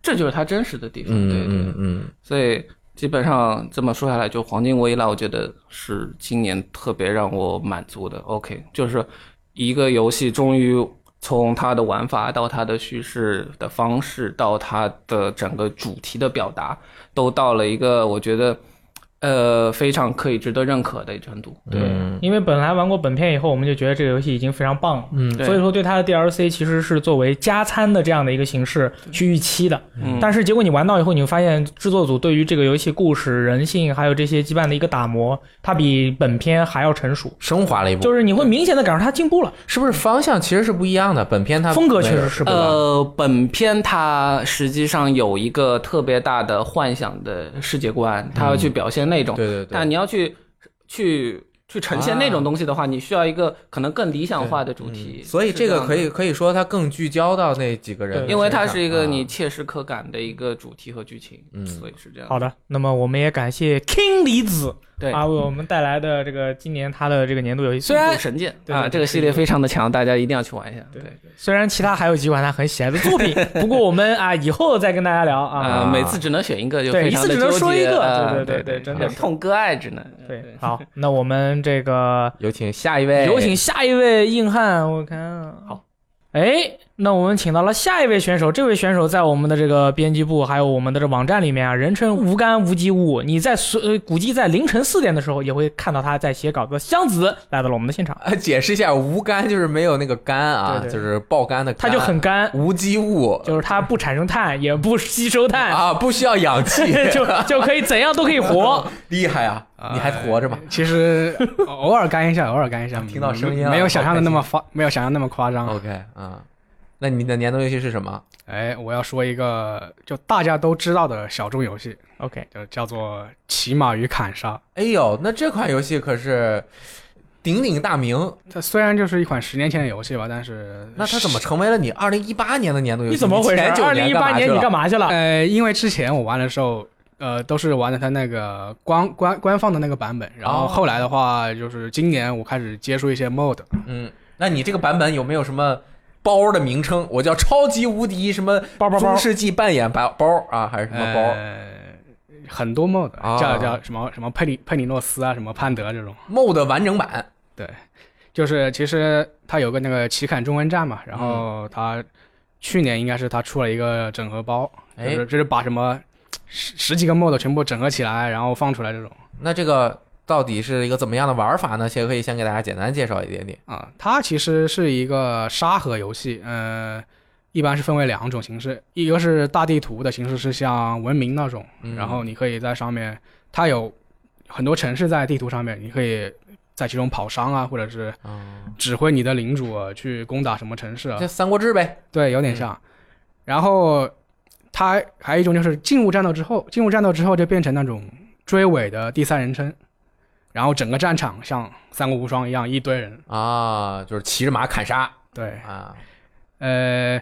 Speaker 6: 这就是它真实的地方。
Speaker 2: 嗯
Speaker 6: 对对。
Speaker 2: 嗯嗯
Speaker 6: 所以基本上这么说下来，就黄金国伊拉，我觉得是今年特别让我满足的。OK，就是一个游戏终于从它的玩法到它的叙事的方式，到它的整个主题的表达，都到了一个我觉得呃非常可以值得认可的程度。对，
Speaker 2: 嗯
Speaker 1: 因为本来玩过本片以后，我们就觉得这个游戏已经非常棒了。
Speaker 2: 嗯
Speaker 6: 对
Speaker 1: 所以说，对它的 DLC 其实是作为加餐的这样的一个形式去预期的，
Speaker 6: 嗯
Speaker 1: 但是结果你玩到以后，你会发现制作组对于这个游戏故事、人性还有这些羁绊的一个打磨，它比本片还要成熟，
Speaker 2: 升华了一步，
Speaker 1: 就是你会明显的感受它进步了，
Speaker 2: 是不是方向其实是不一样的？本片它
Speaker 1: 风格确实是不一样。
Speaker 6: 呃，本片它实际上有一个特别大的幻想的世界观，它要去表现那种。
Speaker 2: 对对对，
Speaker 6: 但你要去去去呈现那种东西的话，你需要一个可能更理想化的主题。
Speaker 2: 啊嗯所以这
Speaker 6: 是
Speaker 2: 个
Speaker 6: 样
Speaker 2: 可
Speaker 6: 的
Speaker 2: 以可以说它更聚焦到那几个人身上，
Speaker 6: 因为它是一个你
Speaker 2: 啊
Speaker 6: 切实可感的一个主题和剧情，
Speaker 2: 嗯
Speaker 6: 所以是这样。
Speaker 1: 好的，那么我们也感谢 King 离子
Speaker 6: 对，
Speaker 1: 啊，为我们带来的这个今年他的这个年度游戏。虽
Speaker 6: 印
Speaker 1: 然
Speaker 6: 度神剑
Speaker 1: 对对
Speaker 6: 啊，
Speaker 1: 对
Speaker 6: 这个系列非常的强，大家一定要去玩一下。
Speaker 1: 对
Speaker 6: 对，
Speaker 1: 虽然其他还有几款他很喜爱的作品，不过我们啊以后再跟大家聊啊。
Speaker 6: 啊，每次只能选一个，就
Speaker 1: 对
Speaker 6: 非常的
Speaker 1: 一次只能说一个对对
Speaker 2: 嗯
Speaker 1: 对
Speaker 6: 对
Speaker 1: 对真的是
Speaker 6: 啊痛割爱只能
Speaker 1: 对，好，那我们这个
Speaker 2: 有请下一位，
Speaker 1: 有请下一位硬汉，我看啊
Speaker 6: 好，
Speaker 1: 哎，那我们请到了下一位选手，这位选手在我们的这个编辑部还有我们的这网站里面啊，人称无干无机物，你在所呃估计在凌晨四点的时候也会看到他在写稿子。箱子来到了我们的现场，
Speaker 2: 啊，解释一下，无干就是没有那个干啊，
Speaker 1: 对对
Speaker 2: 就是爆肝的
Speaker 1: 他
Speaker 2: 干，
Speaker 1: 就很干，
Speaker 2: 无机物，
Speaker 1: (laughs) 就是他不产生碳，也不吸收碳，，
Speaker 2: 啊，不需要氧气
Speaker 1: (laughs) 就哎就可以怎样都可以活。
Speaker 2: 厉害啊！你还活着 (laughs) 吗？
Speaker 7: 其实偶尔干一下，偶尔干一下，
Speaker 2: (laughs)
Speaker 7: 嗯
Speaker 2: 听到声音了啊
Speaker 7: 没有想象的那么发，没有想象那么夸
Speaker 1: 嗯
Speaker 7: 张。
Speaker 2: OK 啊，那你的年度游戏是什么？
Speaker 7: 哎，我要说一个就大家都知道的小众游戏，
Speaker 2: (laughs)
Speaker 1: OK，
Speaker 7: 就叫做《骑马与砍杀》。
Speaker 2: 哎呦，那这款游戏可是鼎鼎大名，
Speaker 7: 它虽然就是一款十年前的游戏吧，但是
Speaker 2: 那它怎么？成为了你二零一八年的年度游戏？
Speaker 1: 你怎么回事？
Speaker 2: 前九
Speaker 1: 二零一八
Speaker 2: 干嘛去
Speaker 1: 年
Speaker 2: 了哎
Speaker 1: 你干嘛去了？
Speaker 7: 呃，因为之前我玩的时候，呃，都是玩的它那个官官官方的那个版本，然
Speaker 2: 哦
Speaker 7: 后后来的话，就是今年我开始接触一些 mod，
Speaker 2: 嗯，那你这个版本有没有什么包的名称？我叫超级无敌什么
Speaker 1: 包包包
Speaker 2: 中世纪扮演包包啊，还是什么包？
Speaker 7: 呃，很多 mod，
Speaker 2: 啊
Speaker 7: 叫叫什么什么佩里佩里诺斯啊，什么潘德这种。
Speaker 2: mod 完整版
Speaker 7: 对，就是其实它有个那个奇坎中文站嘛，然后
Speaker 2: 嗯
Speaker 7: 它去年应该是它出了一个整合包，
Speaker 2: 哎
Speaker 7: 就是就是把什么十十几个 mod 全部整合起来，然后放出来这种
Speaker 2: 那这个到底是一个怎么样的玩法呢？先可以先给大家简单介绍一点点。
Speaker 7: 啊。它其实是一个沙盒游戏，嗯，一般是分为两种形式，一个是大地图的形式是像文明那种，
Speaker 2: 嗯
Speaker 7: 然后你可以在上面，它有很多城市在地图上面，你可以。在其中跑商啊，或者是
Speaker 2: 嗯，
Speaker 7: 指挥你的领主啊去攻打什么城市啊
Speaker 2: 就，《三国志》呗。
Speaker 7: 对，有点像。然后它还有一种就是进入战斗之后，进入战斗之后就变成那种追尾的第三人称，然后整个战场像《三国无双》一样一堆人。
Speaker 2: 啊，就是骑着马砍杀
Speaker 7: 对，
Speaker 2: 啊，
Speaker 7: 呃，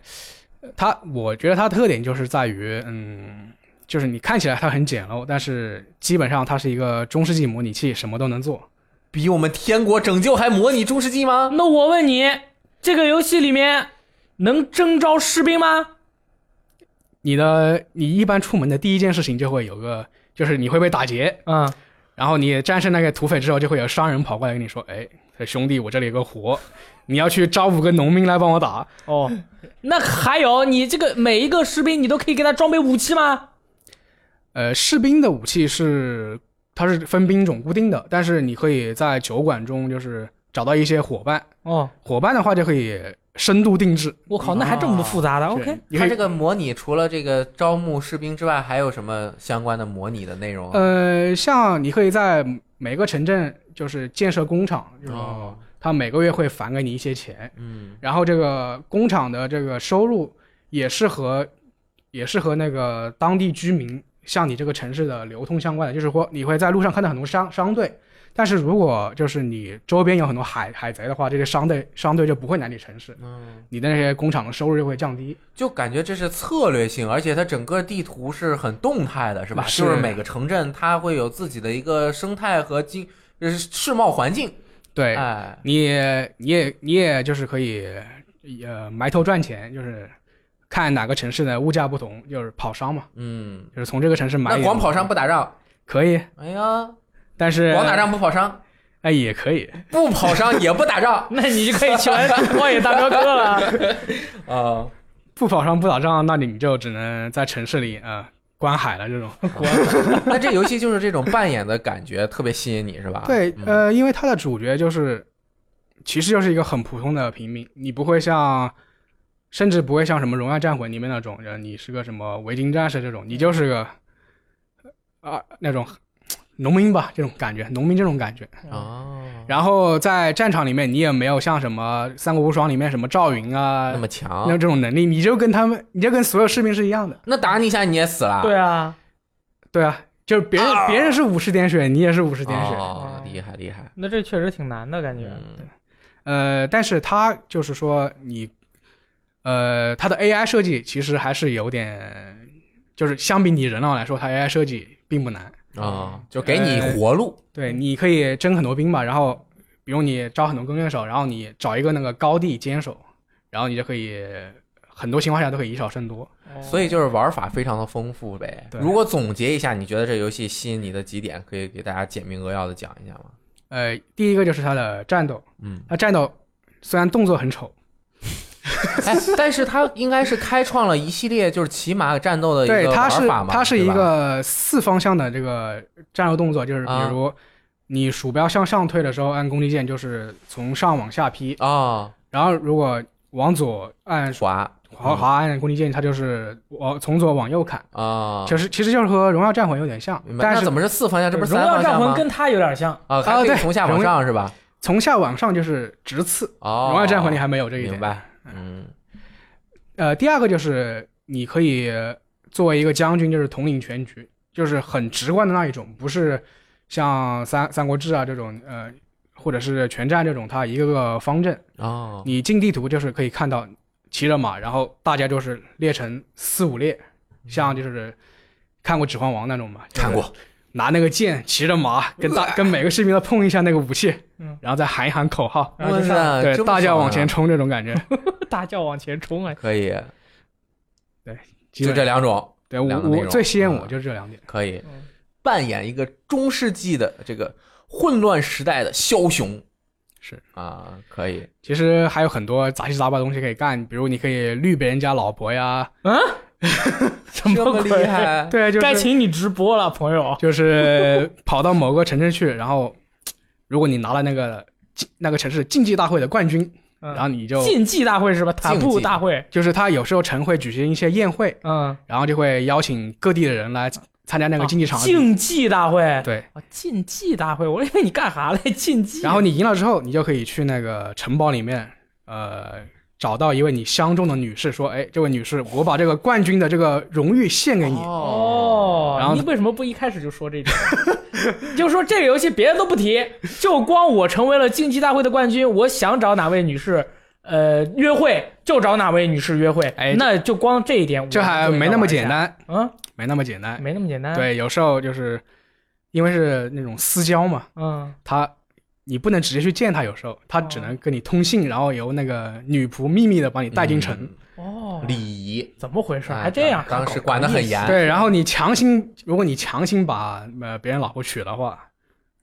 Speaker 7: 它我觉得它的特点就是在于，嗯，就是你看起来它很简陋，但是基本上它是一个中世纪模拟器，什么都能做。
Speaker 2: 比我们《天国拯救》还模拟中世纪吗？
Speaker 1: 那我问你，这个游戏里面能征召士兵吗？
Speaker 7: 你的你一般出门的第一件事情就会有个，就是你会被打劫，
Speaker 1: 嗯，
Speaker 7: 然后你战胜那个土匪之后，就会有商人跑过来跟你说：“哎，兄弟，我这里有个活，你要去招五个农民来帮我打。
Speaker 1: 哦，那还有你这个每一个士兵，你都可以给他装备武器吗？”
Speaker 7: 呃，士兵的武器是它是分兵种固定的，但是你可以在酒馆中就是找到一些伙伴，
Speaker 1: 哦，
Speaker 7: 伙伴的话就可以深度定制。
Speaker 1: 我靠，那还这么复杂的、o
Speaker 7: 是
Speaker 1: k
Speaker 7: 你可
Speaker 2: 它啊
Speaker 7: 以
Speaker 2: 这个模拟除了这个招募士兵之外，还有什么相关的模拟的内容？啊
Speaker 7: 呃，像你可以在每个城镇就是建设工厂，就是说
Speaker 2: 哦，
Speaker 7: 他每个月会返给你一些钱，
Speaker 2: 嗯，
Speaker 7: 然后这个工厂的这个收入也是和也是和那个当地居民向你这个城市的流通相关的，就是说你会在路上看到很多商商队，但是如果就是你周边有很多海海贼的话，这些商队商队就不会来你城市，
Speaker 2: 嗯，
Speaker 7: 你的那些工厂的收入就会降低。
Speaker 2: 就感觉这是策略性，而且它整个地图是很动态的，是吧？
Speaker 7: 是
Speaker 2: 就是每个城镇它会有自己的一个生态和经呃世贸环境，
Speaker 7: 对，
Speaker 2: 哎，
Speaker 7: 啊你也你也你也就是可以呃埋头赚钱，就是看哪个城市的物价不同，就是跑商嘛，
Speaker 2: 嗯，
Speaker 7: 就是从这个城市买一
Speaker 2: 那
Speaker 7: 点。
Speaker 2: 光跑商不打仗，
Speaker 7: 可以，
Speaker 2: 哎呀，
Speaker 7: 但是
Speaker 2: 光打仗不跑商，
Speaker 7: 哎也可以。
Speaker 2: 不跑商也不打
Speaker 7: (laughs)
Speaker 2: 仗
Speaker 1: 那你就可以去玩《荒野大镖客》
Speaker 2: (laughs)
Speaker 1: 了。
Speaker 2: 啊。
Speaker 7: 不跑商不打仗，那你就只能在城市里呃观海了这种。
Speaker 2: (laughs) 那这游戏就是这种扮演的感觉特别吸引你，是吧？
Speaker 7: 对，
Speaker 2: 嗯
Speaker 7: 呃，因为它的主角就是，其实就是一个很普通的平民，你不会像，甚至不会像什么《荣耀战魂》里面那种，呃你是个什么维京战士这种，你就是个，啊、那种农民吧，这种感觉，农民这种感觉。
Speaker 2: 哦，
Speaker 7: 然后在战场里面，你也没有像什么《三国无双》里面什么赵云啊
Speaker 2: 那么
Speaker 7: 那
Speaker 2: 强，
Speaker 7: 这种能力，你就跟他们，你就跟所有士兵是一样的。
Speaker 2: 那打你一下你也死了。
Speaker 1: 对啊，
Speaker 7: 对啊，就是别人、别人是五十点血，你也是五十点血，
Speaker 2: 哦，厉害厉害，
Speaker 1: 那这确实挺难的感觉。
Speaker 2: 嗯
Speaker 7: 呃，但是它就是说你，呃，它的 AI 设计其实还是有点，就是相比你人脑来说，它 AI 设计并不难。
Speaker 2: 啊，就给你活路，
Speaker 7: 对，你可以征很多兵嘛，然后比如你招很多弓箭手，然后你找一个那个高地坚守，然后你就可以很多情况下都可以以少胜多。
Speaker 2: 所
Speaker 1: 哦
Speaker 2: 以就是玩法非常的丰富呗。
Speaker 7: 对
Speaker 2: 如果总结一下，你觉得这游戏吸引你的几点，可以给大家简明扼要的讲一下吗？
Speaker 7: 呃，第一个就是它的战斗，
Speaker 2: 嗯，
Speaker 7: 它战斗虽然动作很丑，
Speaker 2: 哎， (laughs) 但是它应该是开创了一系列就是骑马战斗的一
Speaker 7: 对，
Speaker 2: 个
Speaker 7: 它
Speaker 2: 玩
Speaker 7: 是
Speaker 2: 法嘛，
Speaker 7: 它是一
Speaker 2: 对吧
Speaker 7: 个四方向的这个战斗动作，就是比
Speaker 2: 啊
Speaker 7: 如你鼠标向上推的时候按攻击键，就是从上往下劈，
Speaker 2: 啊嗯
Speaker 7: 然后如果往左按
Speaker 2: 滑
Speaker 7: 滑滑按攻击键，它就是往从左往右砍，
Speaker 2: 啊，
Speaker 7: 就是其实就是和荣耀战魂有点像
Speaker 2: 明，白
Speaker 7: 但
Speaker 2: 那
Speaker 7: 是
Speaker 2: 怎么是四方向？这不是
Speaker 1: 荣
Speaker 2: 三
Speaker 1: 耀
Speaker 2: 方
Speaker 1: 战
Speaker 2: 向
Speaker 1: 魂
Speaker 2: 吗？
Speaker 1: 跟它有点像，
Speaker 2: 啊，还可以
Speaker 7: 啊对
Speaker 2: 从下往
Speaker 7: 荣
Speaker 2: 上是吧？
Speaker 7: 从下往上就是直刺，
Speaker 2: 哦，
Speaker 7: 荣耀战魂里还没有这一点。
Speaker 2: 明白，嗯
Speaker 7: 呃，第二个就是你可以作为一个将军，就是统领全局，就是很直观的那一种，不是像三三国志啊这种，呃，或者是全战这种，它一个个方阵，
Speaker 2: 哦，
Speaker 7: 你进地图就是可以看到骑着马，然后大家就是列成四五列，像就是看过《指环王》那种嘛，就是
Speaker 2: 嗯看过
Speaker 7: 拿那个剑骑着马，跟大跟每个士兵都碰一下那个武器，
Speaker 1: 嗯
Speaker 7: 然后再喊一喊口号，
Speaker 2: 嗯
Speaker 1: 然后就上
Speaker 2: 哇塞
Speaker 7: 对
Speaker 2: 这，么
Speaker 7: 大家
Speaker 2: 爽
Speaker 7: 往
Speaker 2: 啊
Speaker 7: 前冲这种感觉，
Speaker 1: 大叫往前冲啊！
Speaker 2: 可以，(laughs)
Speaker 7: 基
Speaker 2: 就
Speaker 7: 本
Speaker 2: 这两种
Speaker 7: 对我
Speaker 2: 两个内
Speaker 7: 我
Speaker 2: 容
Speaker 7: 最吸引我
Speaker 2: 嗯
Speaker 7: 就是这两点。
Speaker 2: 可以
Speaker 1: 嗯
Speaker 2: 扮演一个中世纪的这个混乱时代的枭雄，
Speaker 7: 是
Speaker 2: 啊，可以
Speaker 7: 其实还有很多杂七杂八的东西可以干，比如你可以绿别人家老婆呀， (laughs)
Speaker 1: 什么
Speaker 2: (laughs) 这么
Speaker 1: 鬼
Speaker 2: 厉？害，
Speaker 7: 对，就
Speaker 1: 该
Speaker 7: 是
Speaker 1: 请你直播了，朋友。
Speaker 7: 就是跑到某个城市去，然后如果你拿了那个那个城市竞技大会的冠军，
Speaker 1: 嗯
Speaker 7: 然后你就
Speaker 1: 竞技大会是吧？塔布大会，
Speaker 7: 就是他有时候城会举行一些宴会，
Speaker 1: 嗯，
Speaker 7: 然后就会邀请各地的人来参加那个竞技场
Speaker 1: 啊
Speaker 7: 的比赛、
Speaker 1: 竞技大会，
Speaker 7: 对，
Speaker 1: 啊，竞技大会，我以为你干啥嘞？ (laughs) 竞技，
Speaker 7: 然后你赢了之后，你就可以去那个城堡里面，呃，找到一位你相中的女士，说，哎，这位女士，我把这个冠军的这个荣誉献给你。
Speaker 1: 哦
Speaker 2: 哦，
Speaker 7: 然，后
Speaker 1: 你为什么不一开始就说这点？ (laughs) 你就说这个游戏别的都不提，就光我成为了竞技大会的冠军，我想找哪位女士。呃，约会就找哪位女士约会，
Speaker 7: 哎
Speaker 1: 那就光这一点，我
Speaker 7: 这还
Speaker 1: 就应该
Speaker 7: 没那么
Speaker 1: 玩一下
Speaker 7: 简，单，
Speaker 1: 嗯，
Speaker 7: 没那么简单。
Speaker 1: 没那么简单，，
Speaker 7: 对，有时候就是因为是那种私交嘛，
Speaker 1: 嗯，
Speaker 7: 他你不能直接去见他，有时候他只
Speaker 1: 哦
Speaker 7: 能跟你通信，然后由那个女仆秘密的把你带进城。
Speaker 1: 哦，
Speaker 2: 礼仪，
Speaker 1: 怎么回事？
Speaker 2: 哎
Speaker 1: 还这样？
Speaker 2: 当当时管得很严，
Speaker 7: 对，然后你强行，如果你强行把呃别人老婆娶的话，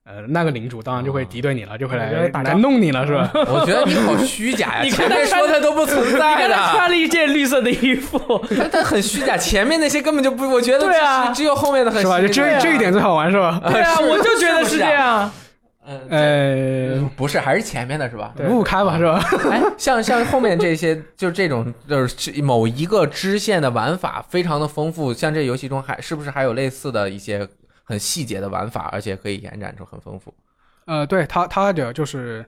Speaker 7: 呃，那个领主当然就会敌对你了，就会
Speaker 1: 我觉得
Speaker 7: 来
Speaker 1: 打
Speaker 7: 来
Speaker 1: 仗
Speaker 7: 弄你了，是 (laughs) 吧？
Speaker 2: 我觉得你好虚
Speaker 1: (laughs)
Speaker 2: 假呀，
Speaker 1: 你
Speaker 2: 前
Speaker 1: 看他
Speaker 2: 面说的都不存
Speaker 1: 你
Speaker 2: (laughs) 在
Speaker 1: 刚才
Speaker 2: 的。
Speaker 1: 穿了一件绿色的衣服，
Speaker 2: 他他 (laughs) 很虚假，前面那些根本就不，我觉得
Speaker 1: 对啊
Speaker 2: 只只有后面的很
Speaker 7: 是 (laughs) 吧？就这、
Speaker 2: 虚假
Speaker 7: 这一点最好玩，是 (laughs) 吧？
Speaker 1: 对啊，我就觉得是这
Speaker 2: (laughs)
Speaker 1: 样。
Speaker 2: 嗯，
Speaker 7: 呃，
Speaker 2: 不是，还是前面的是吧？
Speaker 7: 五五开吧，是吧？ (laughs)
Speaker 2: 哎，像像后面这些，就是这种，就是某一个支线的玩法非常的丰富。像这游戏中还是不是还有类似的一些很细节的玩法，而且可以延展出很丰富。
Speaker 7: 呃，对他他的就是，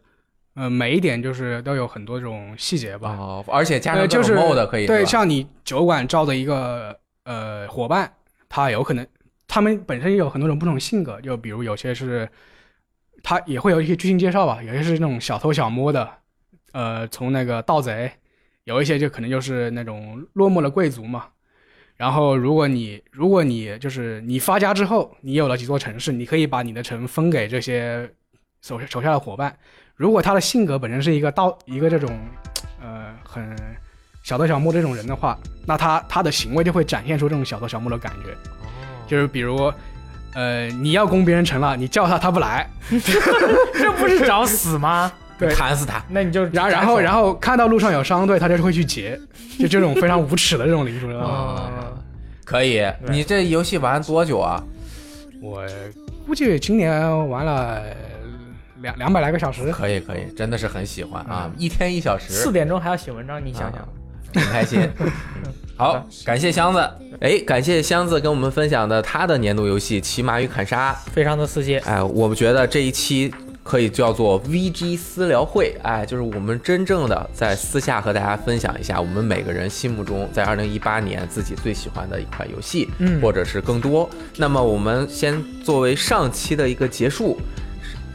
Speaker 7: 呃，每一点就是都有很多这种细节吧。
Speaker 2: 哦，而且加上
Speaker 7: 对，
Speaker 2: 各
Speaker 7: 呃就
Speaker 2: 种
Speaker 7: 是
Speaker 2: mod 可以，
Speaker 7: 对，
Speaker 2: 是吧
Speaker 7: 像你酒馆招的一个呃伙伴，他有可能他们本身有很多种不同性格，就比如有些是他也会有一些剧情介绍吧，有些是那种小偷小摸的，呃，从那个盗贼，有一些就可能就是那种落寞的贵族嘛。然后，如果你如果你就是你发家之后，你有了几座城市，你可以把你的城分给这些手手下的伙伴。如果他的性格本身是一个盗一个这种呃很小偷小摸这种人的话，那他他的行为就会展现出这种小偷小摸的感觉，就是比如，呃，你要攻别人城了，你叫他他不来，
Speaker 1: 这不是找死吗？
Speaker 7: 对
Speaker 2: 砍死他，
Speaker 1: 那你就
Speaker 7: 然后然后然后看到路上有商队，他就会去劫，就这种非常无耻的这种领主，知道吗
Speaker 1: 啊，
Speaker 2: 可以。
Speaker 1: 对
Speaker 2: 你这游戏玩多久啊？
Speaker 7: 我估计今年玩了两两百来个小时，
Speaker 2: 可以可以，真的是很喜欢啊！
Speaker 7: 嗯
Speaker 2: 一天一小时，
Speaker 1: 四点钟还要写文章，你想想
Speaker 2: 啊，很开
Speaker 7: (laughs)
Speaker 2: 心。好，感谢箱子，哎，感谢箱子跟我们分享的他的年度游戏《骑马与砍杀》。
Speaker 1: 非常的刺激。
Speaker 2: 哎，我们觉得这一期可以叫做 VG 私聊会，哎，就是我们真正的在私下和大家分享一下我们每个人心目中在二零一八年自己最喜欢的一款游戏，
Speaker 1: 嗯
Speaker 2: 或者是更多。那么我们先作为上期的一个结束。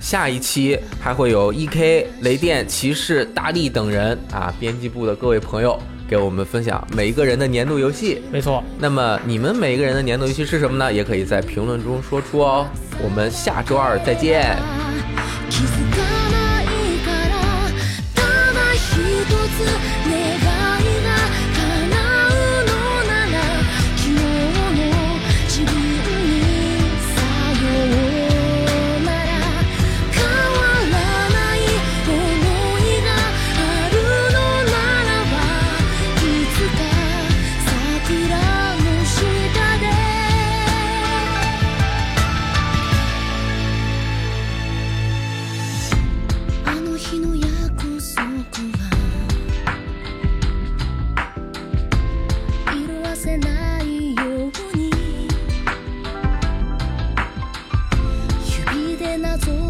Speaker 2: 下一期还会有 E.K、雷电、骑士、大力等人啊，编辑部的各位朋友给我们分享每一个人的年度游戏。
Speaker 1: 没错，
Speaker 2: 那么你们每一个人的年度游戏是什么呢？也可以在评论中说出哦。我们下周二再见。
Speaker 8: 「気づかないから」「ただひとつ願いが叶うのなら」「昨日の自分にさようなら」「変わらない想いがあるのならば」「いつか桜の下で」あの日の約束は色褪せないように指でなぞ